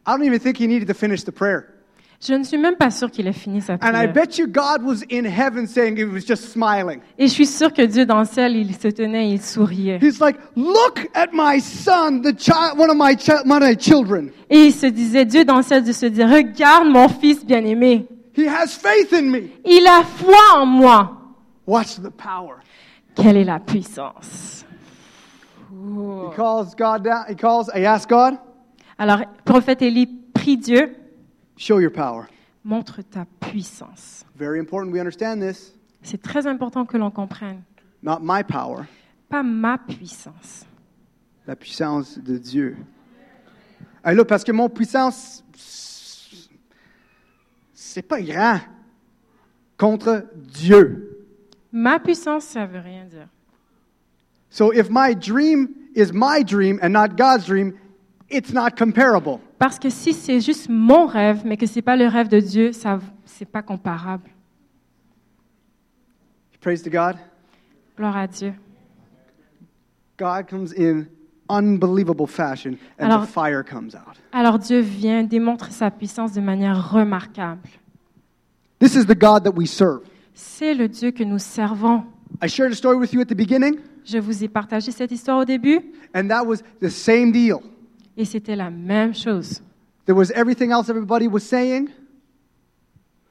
F: I don't even think he needed to finish the prayer.
A: Je ne suis même pas sûre qu'il a fini sa
F: And I
A: prière.
F: bet you God was in heaven saying he was just smiling.
A: Et je suis sûre que Dieu dans le ciel, il se tenait et il souriait.
F: He's like, look at my son, the child, one of my, chi- one of my children.
A: Et il se disait, Dieu dans le ciel, de se dire, regarde mon fils bien-aimé.
F: He has faith in me.
A: Il a foi en moi.
F: Watch the power.
A: Quelle est la puissance?
F: He calls God down. He calls. I ask God,
A: Alors, prophète Élie prie Dieu,
F: show your power.
A: montre ta puissance.
F: Very important. We understand this.
A: C'est très important que l'on comprenne.
F: Not my power.
A: Pas ma puissance.
F: La puissance de Dieu. Hey, là, parce que mon puissance, c'est pas grand contre Dieu.
A: Ma puissance, ça veut rien dire.
F: So if my dream is my dream and not God's dream, it's not comparable.
A: Parce que si c'est juste mon rêve, mais que c'est pas le rêve de Dieu, ça, c'est pas comparable.
F: Praise to God.
A: Gloire à Dieu.
F: God comes in unbelievable fashion, and the
A: Alors-
F: fire comes out.
A: Alors Dieu vient, démontre sa puissance de manière remarquable.
F: This is the God that we serve.
A: C'est le Dieu que nous servons.
F: I shared a story with you at the beginning,
A: Je vous ai partagé cette histoire au début
F: and that was the same deal.
A: et c'était la même chose.
F: There was everything else everybody was saying.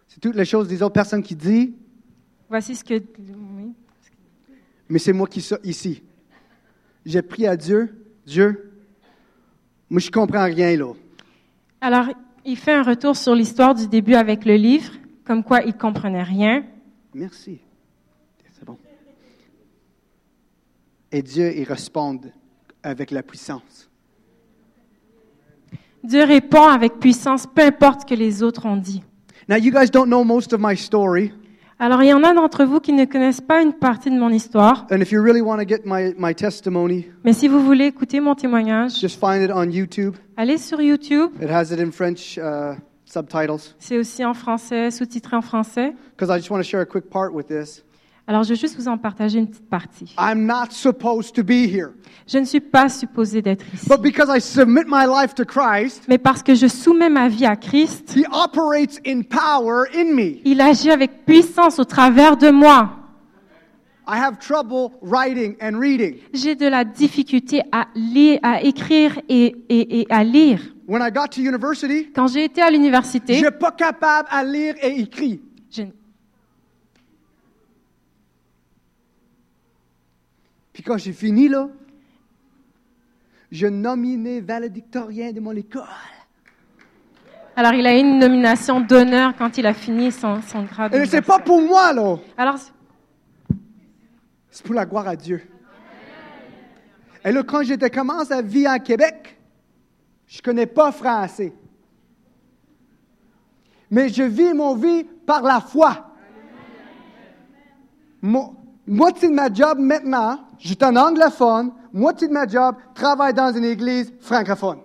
F: C'est toutes les choses des autres personnes qui disent,
A: Voici ce que... oui.
F: mais c'est moi qui suis ici. J'ai prié à Dieu, Dieu, moi je comprends rien là.
A: Alors, il fait un retour sur l'histoire du début avec le livre, comme quoi il comprenait rien.
F: Merci. Et Dieu, il répond avec la puissance.
A: Dieu répond avec puissance, peu importe ce que les autres ont dit.
F: Now, you guys don't know most of my story,
A: Alors, il y en a d'entre vous qui ne connaissent pas une partie de mon histoire,
F: and if you really want to get my, my testimony,
A: mais si vous voulez écouter mon témoignage,
F: just find it on YouTube.
A: allez sur YouTube.
F: It has it in French uh, subtitles.
A: C'est aussi en français, sous-titré en français.
F: Because I just want to share a quick part with this.
A: Alors, je vais juste vous en partager une petite partie.
F: I'm not supposed to be here,
A: Je ne suis pas supposée d'être ici.
F: but because I submit my life to Christ,
A: Mais parce que je soumets ma vie à Christ,
F: He operates in power in me.
A: il agit avec puissance au travers de moi.
F: I have trouble writing and reading.
A: J'ai de la difficulté à, lire, à écrire et, et- et à lire.
F: When I got to university,
A: Quand j'ai été à l'université,
F: je pas capable à lire et écrire.
A: je-
F: Puis quand j'ai fini là, je nominé valédictorien de mon école.
A: alors il a eu une nomination d'honneur quand il a fini son, son grade.
F: Et c'est pas pour moi là,
A: Alors,
F: c'est pour la gloire à Dieu. Et là, quand j'étais commencé à vivre à Québec, je connais pas français. Mais je vis mon vie par la foi. Mo- moitié de ma job maintenant, je suis un anglophone, moitié de ma job, travaille dans une église francophone.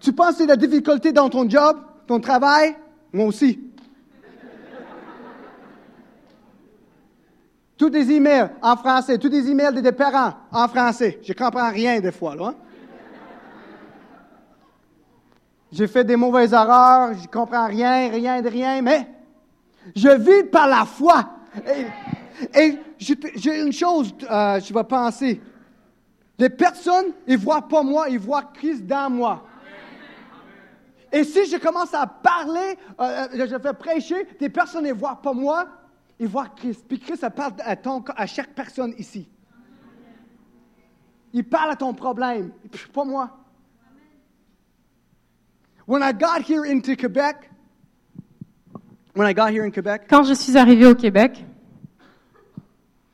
F: Tu penses que c'est la difficulté dans ton job, ton travail? Moi aussi. Tous des emails en français, tous des emails des parents en français. Je comprends rien des fois, là. hein. J'ai fait des mauvaises erreurs, je comprends rien, rien de rien, mais je vis par la foi. Et, et je- j'ai une chose, euh, je vais penser. Les personnes, ils voient pas moi, ils voient Christ dans moi. Et si je commence à parler, euh, euh, je fais prêcher, des personnes ne voient pas moi, ils voient Christ. Puis Christ, ça parle à, ton- à chaque personne ici. Il parle à ton problème, puis pas moi. When I got here into Quebec, when I got here in Quebec,
A: quand je suis arrivée au Québec,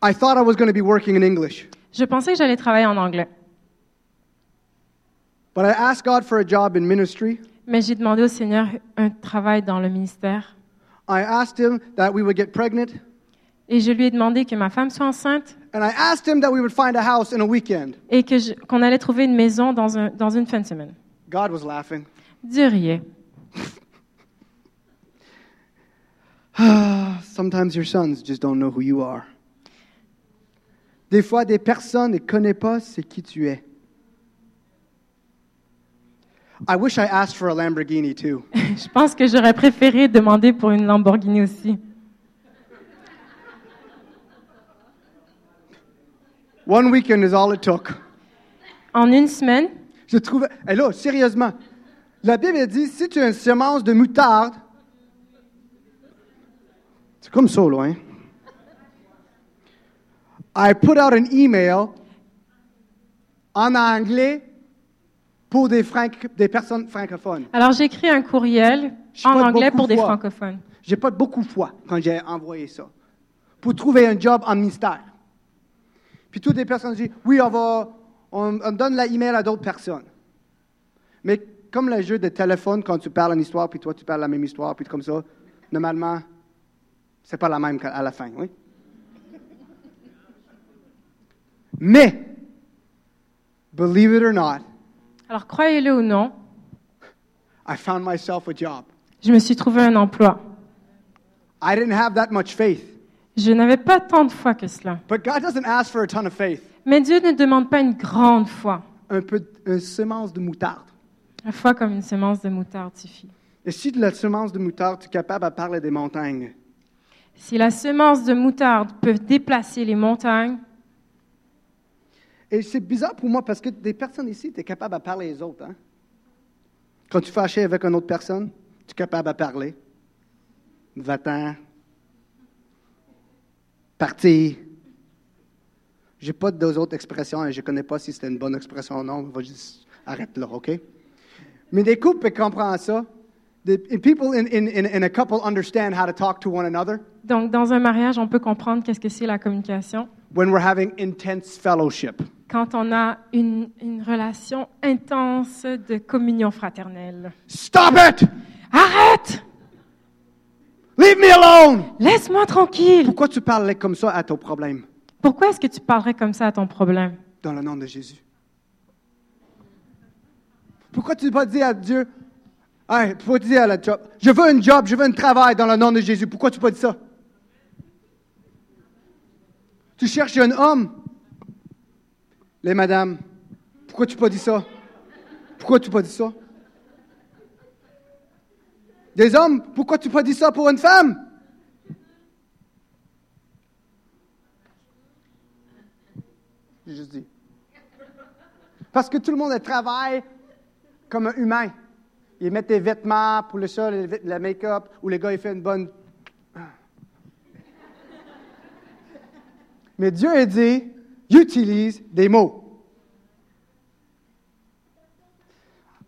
F: I thought I was going to be working in English.
A: je pensais que j'allais travailler en anglais.
F: But I asked God for a job in ministry.
A: Mais j'ai demandé au Seigneur un travail dans le ministère.
F: I asked Him that we would get pregnant,
A: Et je lui ai demandé que ma femme soit enceinte
F: and I asked Him that we would find a house in a weekend.
A: et que je- qu'on allait trouver une maison dans, un- dans une fin de semaine.
F: God was laughing.
A: Dieu riait.
F: Sometimes your sons just don't know who you are. Des fois, des personnes ne connaissent pas c'est qui tu es. I wish I asked for a Lamborghini too.
A: Je pense que j'aurais préféré demander pour une Lamborghini aussi.
F: One weekend is all it took.
A: En une semaine,
F: Je trouvais. Hé là, sérieusement. La Bible elle dit si tu as une semence de moutarde. C'est comme ça, là, hein? I put out an email en anglais pour des, franc- des personnes francophones.
A: alors j'ai écrit un courriel
F: Je
A: en
F: crois
A: anglais
F: beaucoup
A: pour des
F: fois.
A: francophones.
F: J'ai pas beaucoup foi quand j'ai envoyé ça. Pour trouver un job en ministère. Puis toutes les personnes disent oui, on va, on, on donne la email à d'autres personnes. Mais comme le jeu de téléphone, quand tu parles une histoire, puis toi tu parles la même histoire, puis comme ça, normalement, c'est pas la même qu'à- à la fin, oui. Mais, believe it or not,
A: Alors croyez-le ou non,
F: I found myself a job.
A: je me suis trouvé un emploi.
F: I didn't have that much faith,
A: Je n'avais pas tant de foi que cela.
F: but God doesn't ask for a ton of faith.
A: Mais Dieu ne demande pas une grande foi.
F: un peu d- une semence de moutarde.
A: La foi comme une semence de moutarde suffit.
F: Et si de la semence de moutarde, tu es capable à parler des montagnes,
A: Si la semence de moutarde peut déplacer les montagnes,
F: et c'est bizarre pour moi parce que des personnes ici, tu es capable à parler les autres. Hein? Quand tu es fâché avec une autre personne, tu es capable à parler. Va-t'en. Parti. J'ai pas deux autres expressions et je connais pas si c'était une bonne expression ou non. On va juste arrête là, OK? Mais des couples comprennent ça. Des people in, in, in, in a couple understand how to talk to one another.
A: donc dans un mariage, on peut comprendre qu'est-ce que c'est la communication.
F: when we're having intense fellowship.
A: quand on a une, une relation intense de communion fraternelle.
F: Stop it!
A: Arrête!
F: Leave me alone!
A: Laisse-moi tranquille!
F: Pourquoi tu parles comme ça à ton problème?
A: Pourquoi est-ce que tu parlerais comme ça à ton problème?
F: Dans le nom de Jésus. Pourquoi tu ne pas dire à Dieu, hey, pourquoi tu dis à la job, je veux un job, je veux un travail dans le nom de Jésus. Pourquoi tu ne pas dire ça? Tu cherches un homme. Les madames, pourquoi tu ne pas dire ça? Pourquoi tu ne pas dire ça? Des hommes, pourquoi tu ne pas dire ça pour une femme? J'ai juste dit. Parce que tout le monde elle, travaille comme un humain. Ils mettent des vêtements pour le sol, les vêt- la make-up, ou le gars, il fait une bonne. Mais Dieu a dit, utilise des mots.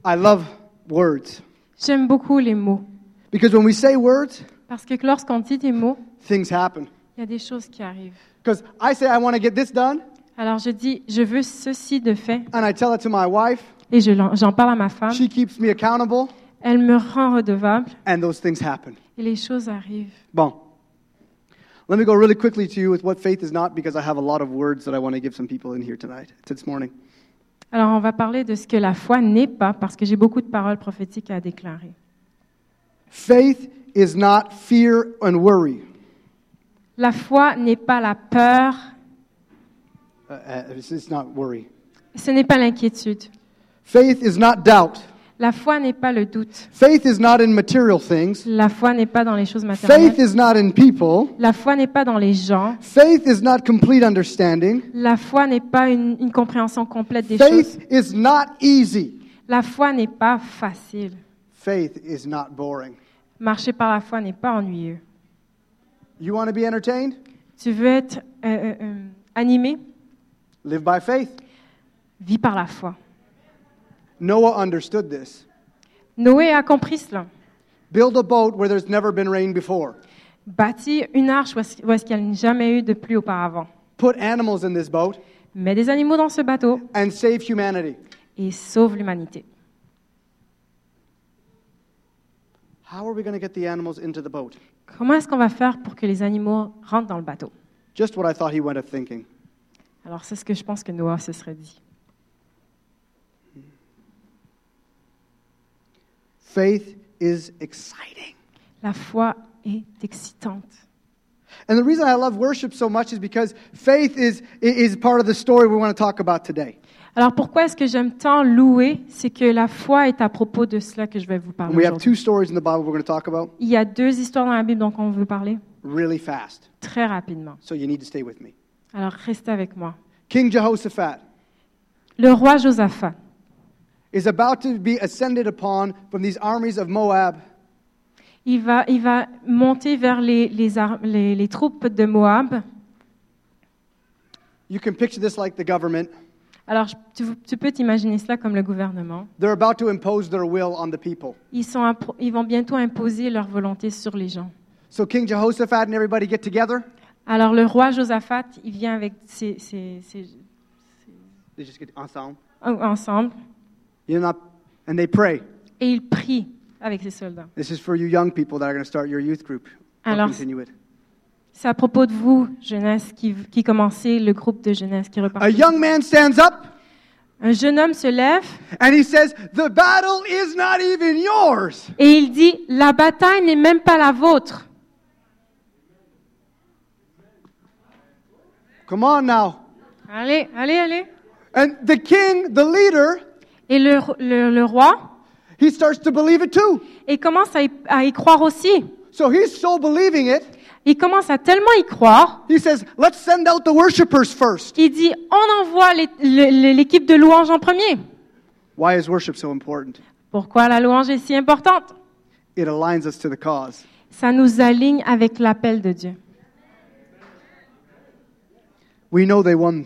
F: I love words.
A: J'aime beaucoup les mots.
F: Because when we say words,
A: Parce que lorsqu'on dit des mots,
F: things happen.
A: il y a des choses qui arrivent.
F: Because I say, I want to get this done,
A: Alors je dis, je veux ceci de fait,
F: and I tell it to my wife.
A: et je l'en- j'en parle à ma femme.
F: She keeps me accountable,
A: Elle me rend redevable,
F: and those things happen.
A: et les choses arrivent.
F: Bon. Let me go really quickly to you with what faith is not because I have a lot of words that I want to give some people in here tonight, this morning.
A: Alors on va parler de ce que la foi n'est pas, parce que j'ai beaucoup de paroles prophétiques à déclarer.
F: Faith is not fear and worry.
A: La foi n'est pas la peur,
F: Uh, uh, it's, it's not worry.
A: ce n'est pas l'inquiétude.
F: Faith is not doubt.
A: La foi n'est pas le doute.
F: Faith is not in material things.
A: La foi n'est pas dans les choses
F: Faith
A: matérielles.
F: is not in people.
A: La foi n'est pas dans les gens.
F: Faith is not complete understanding.
A: La foi n'est pas une, une compréhension complète des choses.
F: Faith is not easy.
A: La foi n'est pas facile.
F: Faith is not boring.
A: Marcher par la foi n'est pas ennuyeux.
F: You want to be entertained?
A: Tu veux être euh, euh, euh, animé?
F: Live by faith.
A: Vis par la foi.
F: Noah understood this.
A: Noé a compris cela.
F: Build a boat where there's never been rain before.
A: Bâtis une arche où est-ce où est-ce qu'il n'y a jamais eu de pluie auparavant.
F: put animals in this boat
A: Mets des animaux dans ce bateau
F: and save humanity.
A: et sauve l'humanité.
F: How are we going to get the animals into the boat?
A: Comment est-ce qu'on va faire pour que les animaux rentrent dans le bateau?
F: Just what I thought he went up thinking.
A: Alors c'est ce que je pense que Noé se serait dit.
F: Faith is exciting.
A: La foi est excitante.
F: And the reason I love worship so much is because faith is, is part of the story we want to talk about today.
A: Alors pourquoi est-ce que j'aime tant louer C'est que la foi est à propos de cela que je vais vous
F: And
A: parler
F: we have
A: aujourd'hui.
F: two stories in the Bible we're going to talk about
A: Il y a deux histoires dans la Bible dont on veut parler
F: really fast.
A: très rapidement.
F: So you need to stay with me.
A: Alors restez avec moi.
F: King Jehoshaphat
A: Le roi Josaphat
F: is about to be ascended upon from these armies of Moab.
A: Il va, il va monter vers les, les, ar- les- les troupes de Moab.
F: You can picture this like the government.
A: Alors, je- tu, tu peux t'imaginer cela comme le gouvernement.
F: They're about to impose their will on the people.
A: Ils, sont impro- ils vont bientôt imposer leur volonté sur les gens.
F: So King Jehoshaphat and everybody get together.
A: Alors, le roi Josaphat, il vient avec ses, ses- ses-
F: They just get ensemble.
A: ensemble
F: You know, and they pray.
A: et il prie avec ses soldats.
F: This is for you young people that are going to start your youth group. Or
A: Alors-
F: continue it.
A: C'est à propos de vous, jeunesse, qui, qui commencez le groupe de jeunesse qui repart.
F: A young man stands up
A: Un jeune homme se lève
F: and he says, "The battle is not even yours."
A: et il dit La bataille n'est même pas la vôtre.
F: Come on now.
A: Allez, allez, allez.
F: And the king, the leader,
A: Et le, le- le roi,
F: he starts to believe it too.
A: il commence à y, à y croire aussi.
F: So he's so believing it,
A: Il commence à tellement y croire,
F: he says, "Let's send out the worshipers first.
A: il dit On envoie les- le- le- l'équipe de louange en premier.
F: Why is worship so important?
A: Pourquoi la louange est si importante
F: It aligns us to the cause.
A: Ça nous aligne avec l'appel de Dieu.
F: We know they won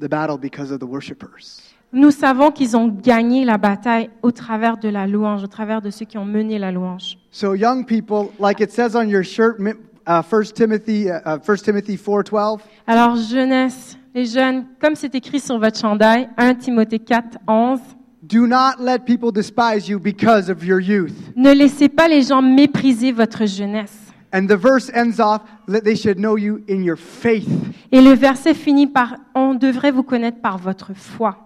F: the battle because of the worshipers.
A: Nous savons qu'ils ont gagné la bataille au travers de la louange, au travers de ceux qui ont mené la louange.
F: So, young people, like it says on your shirt, mi- uh, 1 Timothy, uh, uh, 1 Timothy 4.12.
A: Alors, jeunesse, les jeunes, comme c'est écrit sur votre chandail, 1 Timothée 4, 11,
F: Do not let people despise you because of your youth.
A: ne laissez pas les gens mépriser votre jeunesse.
F: And the verse ends off, that they should know you in your faith.
A: Et le verset finit par On devrait vous connaître par votre foi.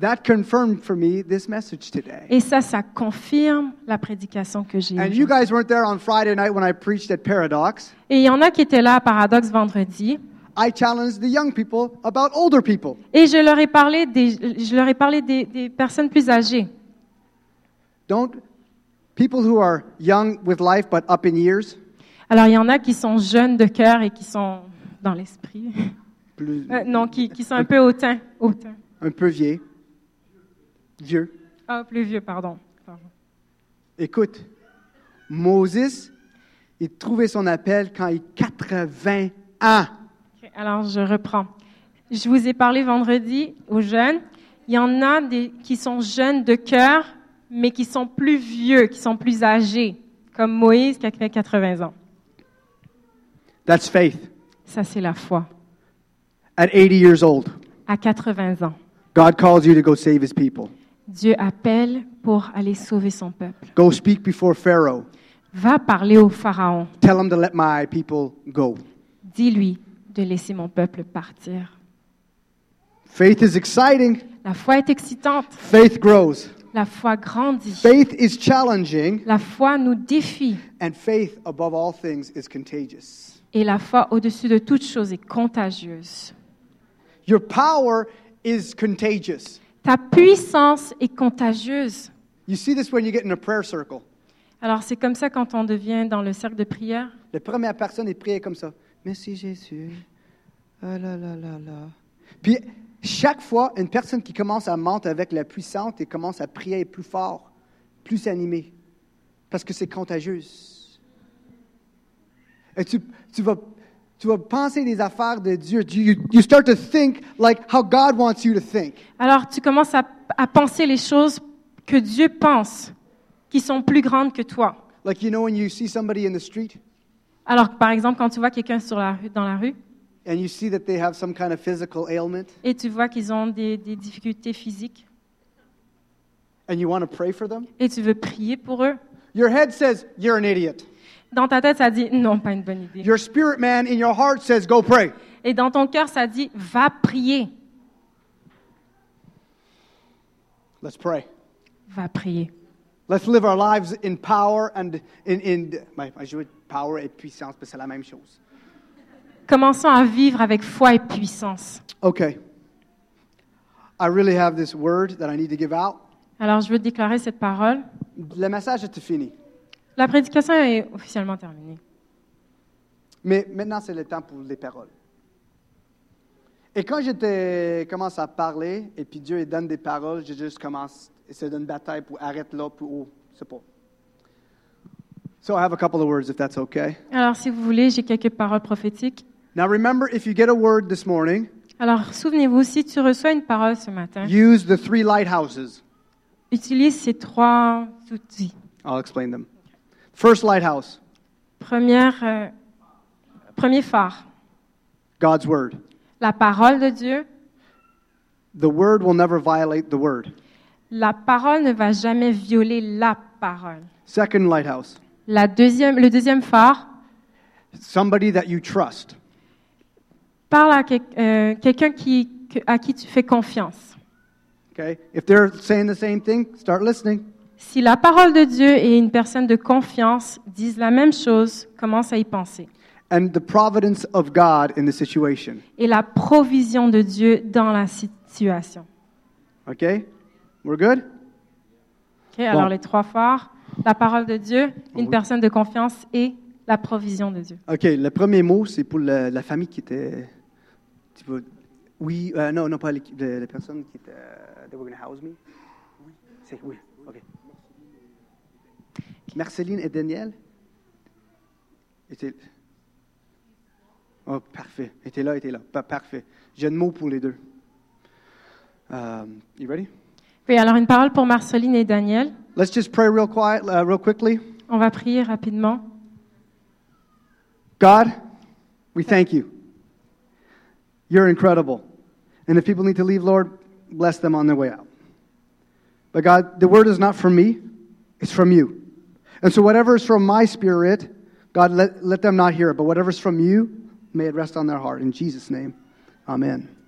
F: That confirmed for me this message today.
A: Et ça, ça confirme la prédication que j'ai
F: And
A: eue.
F: you guys weren't there on Friday night when I preached at Paradox.
A: Et il y en a qui étaient là à Paradoxe vendredi.
F: I challenged the young people about older people.
A: Et je leur ai parlé des, je leur ai parlé des, des personnes plus âgées.
F: Don't people who are young with life but up in years,
A: Alors, il y en a qui sont jeunes de cœur et qui sont dans l'esprit.
F: plus-
A: Euh, non, qui, qui sont un peu hautains. hautains.
F: un peu vieux, vieux.
A: Ah, plus vieux, pardon. Pardon.
F: Écoute, Moses, il trouvait son appel quand il 80 ans.
A: Ok, Alors, je reprends. Je vous ai parlé vendredi aux jeunes. Il y en a des, qui sont jeunes de cœur, mais qui sont plus vieux, qui sont plus âgés, comme Moïse qui avait 80 ans.
F: That's faith.
A: Ça, c'est la foi.
F: At 80 years old,
A: À 80 ans,
F: God calls you to go save his people.
A: Dieu appelle pour aller sauver son peuple.
F: Go speak before Pharaoh.
A: Va parler au Pharaon.
F: Tell him to let my people go.
A: Dis-lui de laisser mon peuple partir.
F: Faith is exciting.
A: La foi est excitante.
F: Faith grows.
A: La foi grandit.
F: Faith is challenging.
A: La foi nous défie.
F: And faith, above all things, is contagious.
A: Et la foi, au-dessus de toute chose, est contagieuse.
F: Your power is contagious.
A: Ta puissance est contagieuse.
F: You see this when you get in a prayer circle.
A: Alors, c'est comme ça quand on devient dans le cercle de prière.
F: La première personne est priée comme ça. Merci Jésus. Ah là là là là. Puis chaque fois, une personne qui commence à monter avec la puissante et commence à prier plus fort, plus animée, parce que c'est contagieux. Et tu, tu vas, tu vas penser des affaires de Dieu. You, you start to think like how God wants you to think.
A: Alors, tu commences à, à penser les choses que Dieu pense, qui sont plus grandes que toi.
F: Like you know when you see somebody in the street
A: Alors, que, par exemple, quand tu vois quelqu'un sur la rue, dans la rue
F: and you see that they have some kind of physical ailment
A: et tu vois qu'ils ont des, des difficultés physiques
F: and you want to pray for them,
A: et tu veux prier pour eux,
F: your head says you're an idiot.
A: dans ta tête, ça dit non, pas une bonne idée.
F: Your spirit man in your heart says, go pray.
A: Et dans ton cœur, ça dit va prier,
F: Let's pray.
A: va prier.
F: Let's live our lives in power and in, in my, my jouet, power et puissance, mais c'est la même chose.
A: Commençons à vivre avec foi et puissance.
F: Okay. I really have this word that I need to give out.
A: Alors, je veux déclarer cette parole.
F: Le message est fini.
A: La prédication est officiellement terminée.
F: Mais maintenant, c'est le temps pour les paroles. Et quand j'étais commence à parler, et puis Dieu il donne des paroles, je juste commence, et c'est une bataille pour arrête là, pour oh, c'est pas. So I have a couple of words, if that's okay.
A: Alors, si vous voulez, j'ai quelques paroles prophétiques.
F: Now remember, if you get a word this morning,
A: Alors, souvenez-vous, si tu reçois une parole ce matin,
F: use the three lighthouses.
A: utilise ces trois outils.
F: I'll explain them. First lighthouse,
A: Première, euh, premier phare,
F: God's word.
A: la parole de Dieu.
F: The word will never violate the word.
A: La parole ne va jamais violer la parole.
F: Second lighthouse,
A: La deuxième, le deuxième phare,
F: somebody that you trust.
A: parle à quel- euh, quelqu'un qui, que- à qui tu fais confiance.
F: Okay? If they're saying the same thing, start listening.
A: Si la parole de Dieu et une personne de confiance disent la même chose, commence à y penser.
F: And the providence of God in the situation.
A: Et la provision de Dieu dans la situation.
F: Okay? We're good?
A: Ok, Alors
F: Bon.
A: les trois phares, la parole de Dieu, une
F: Oui.
A: personne de confiance et la provision de Dieu.
F: OK, le premier mot, c'est pour la, la famille qui était. tu vois, oui, euh, non, non, pas l'équipe, de- la personne qui était. euh, they were gonna house me. Oui. C'est oui, OK. Marceline et Daniel étaient. Oh, parfait. Était là, était là. Pa- parfait. J'ai un mot pour les deux. Euh, you ready?
A: Oui, alors une parole pour Marceline et Daniel.
F: Let's just pray real quiet, uh, real quickly.
A: On va prier rapidement.
F: God, we thank you. You're incredible. And if people need to leave, Lord, bless them on their way out. But God, the word is not from me, it's from you. And so whatever is from my spirit, God, let, let them not hear it. But whatever is from you, may it rest on their heart. In Jesus' name, amen.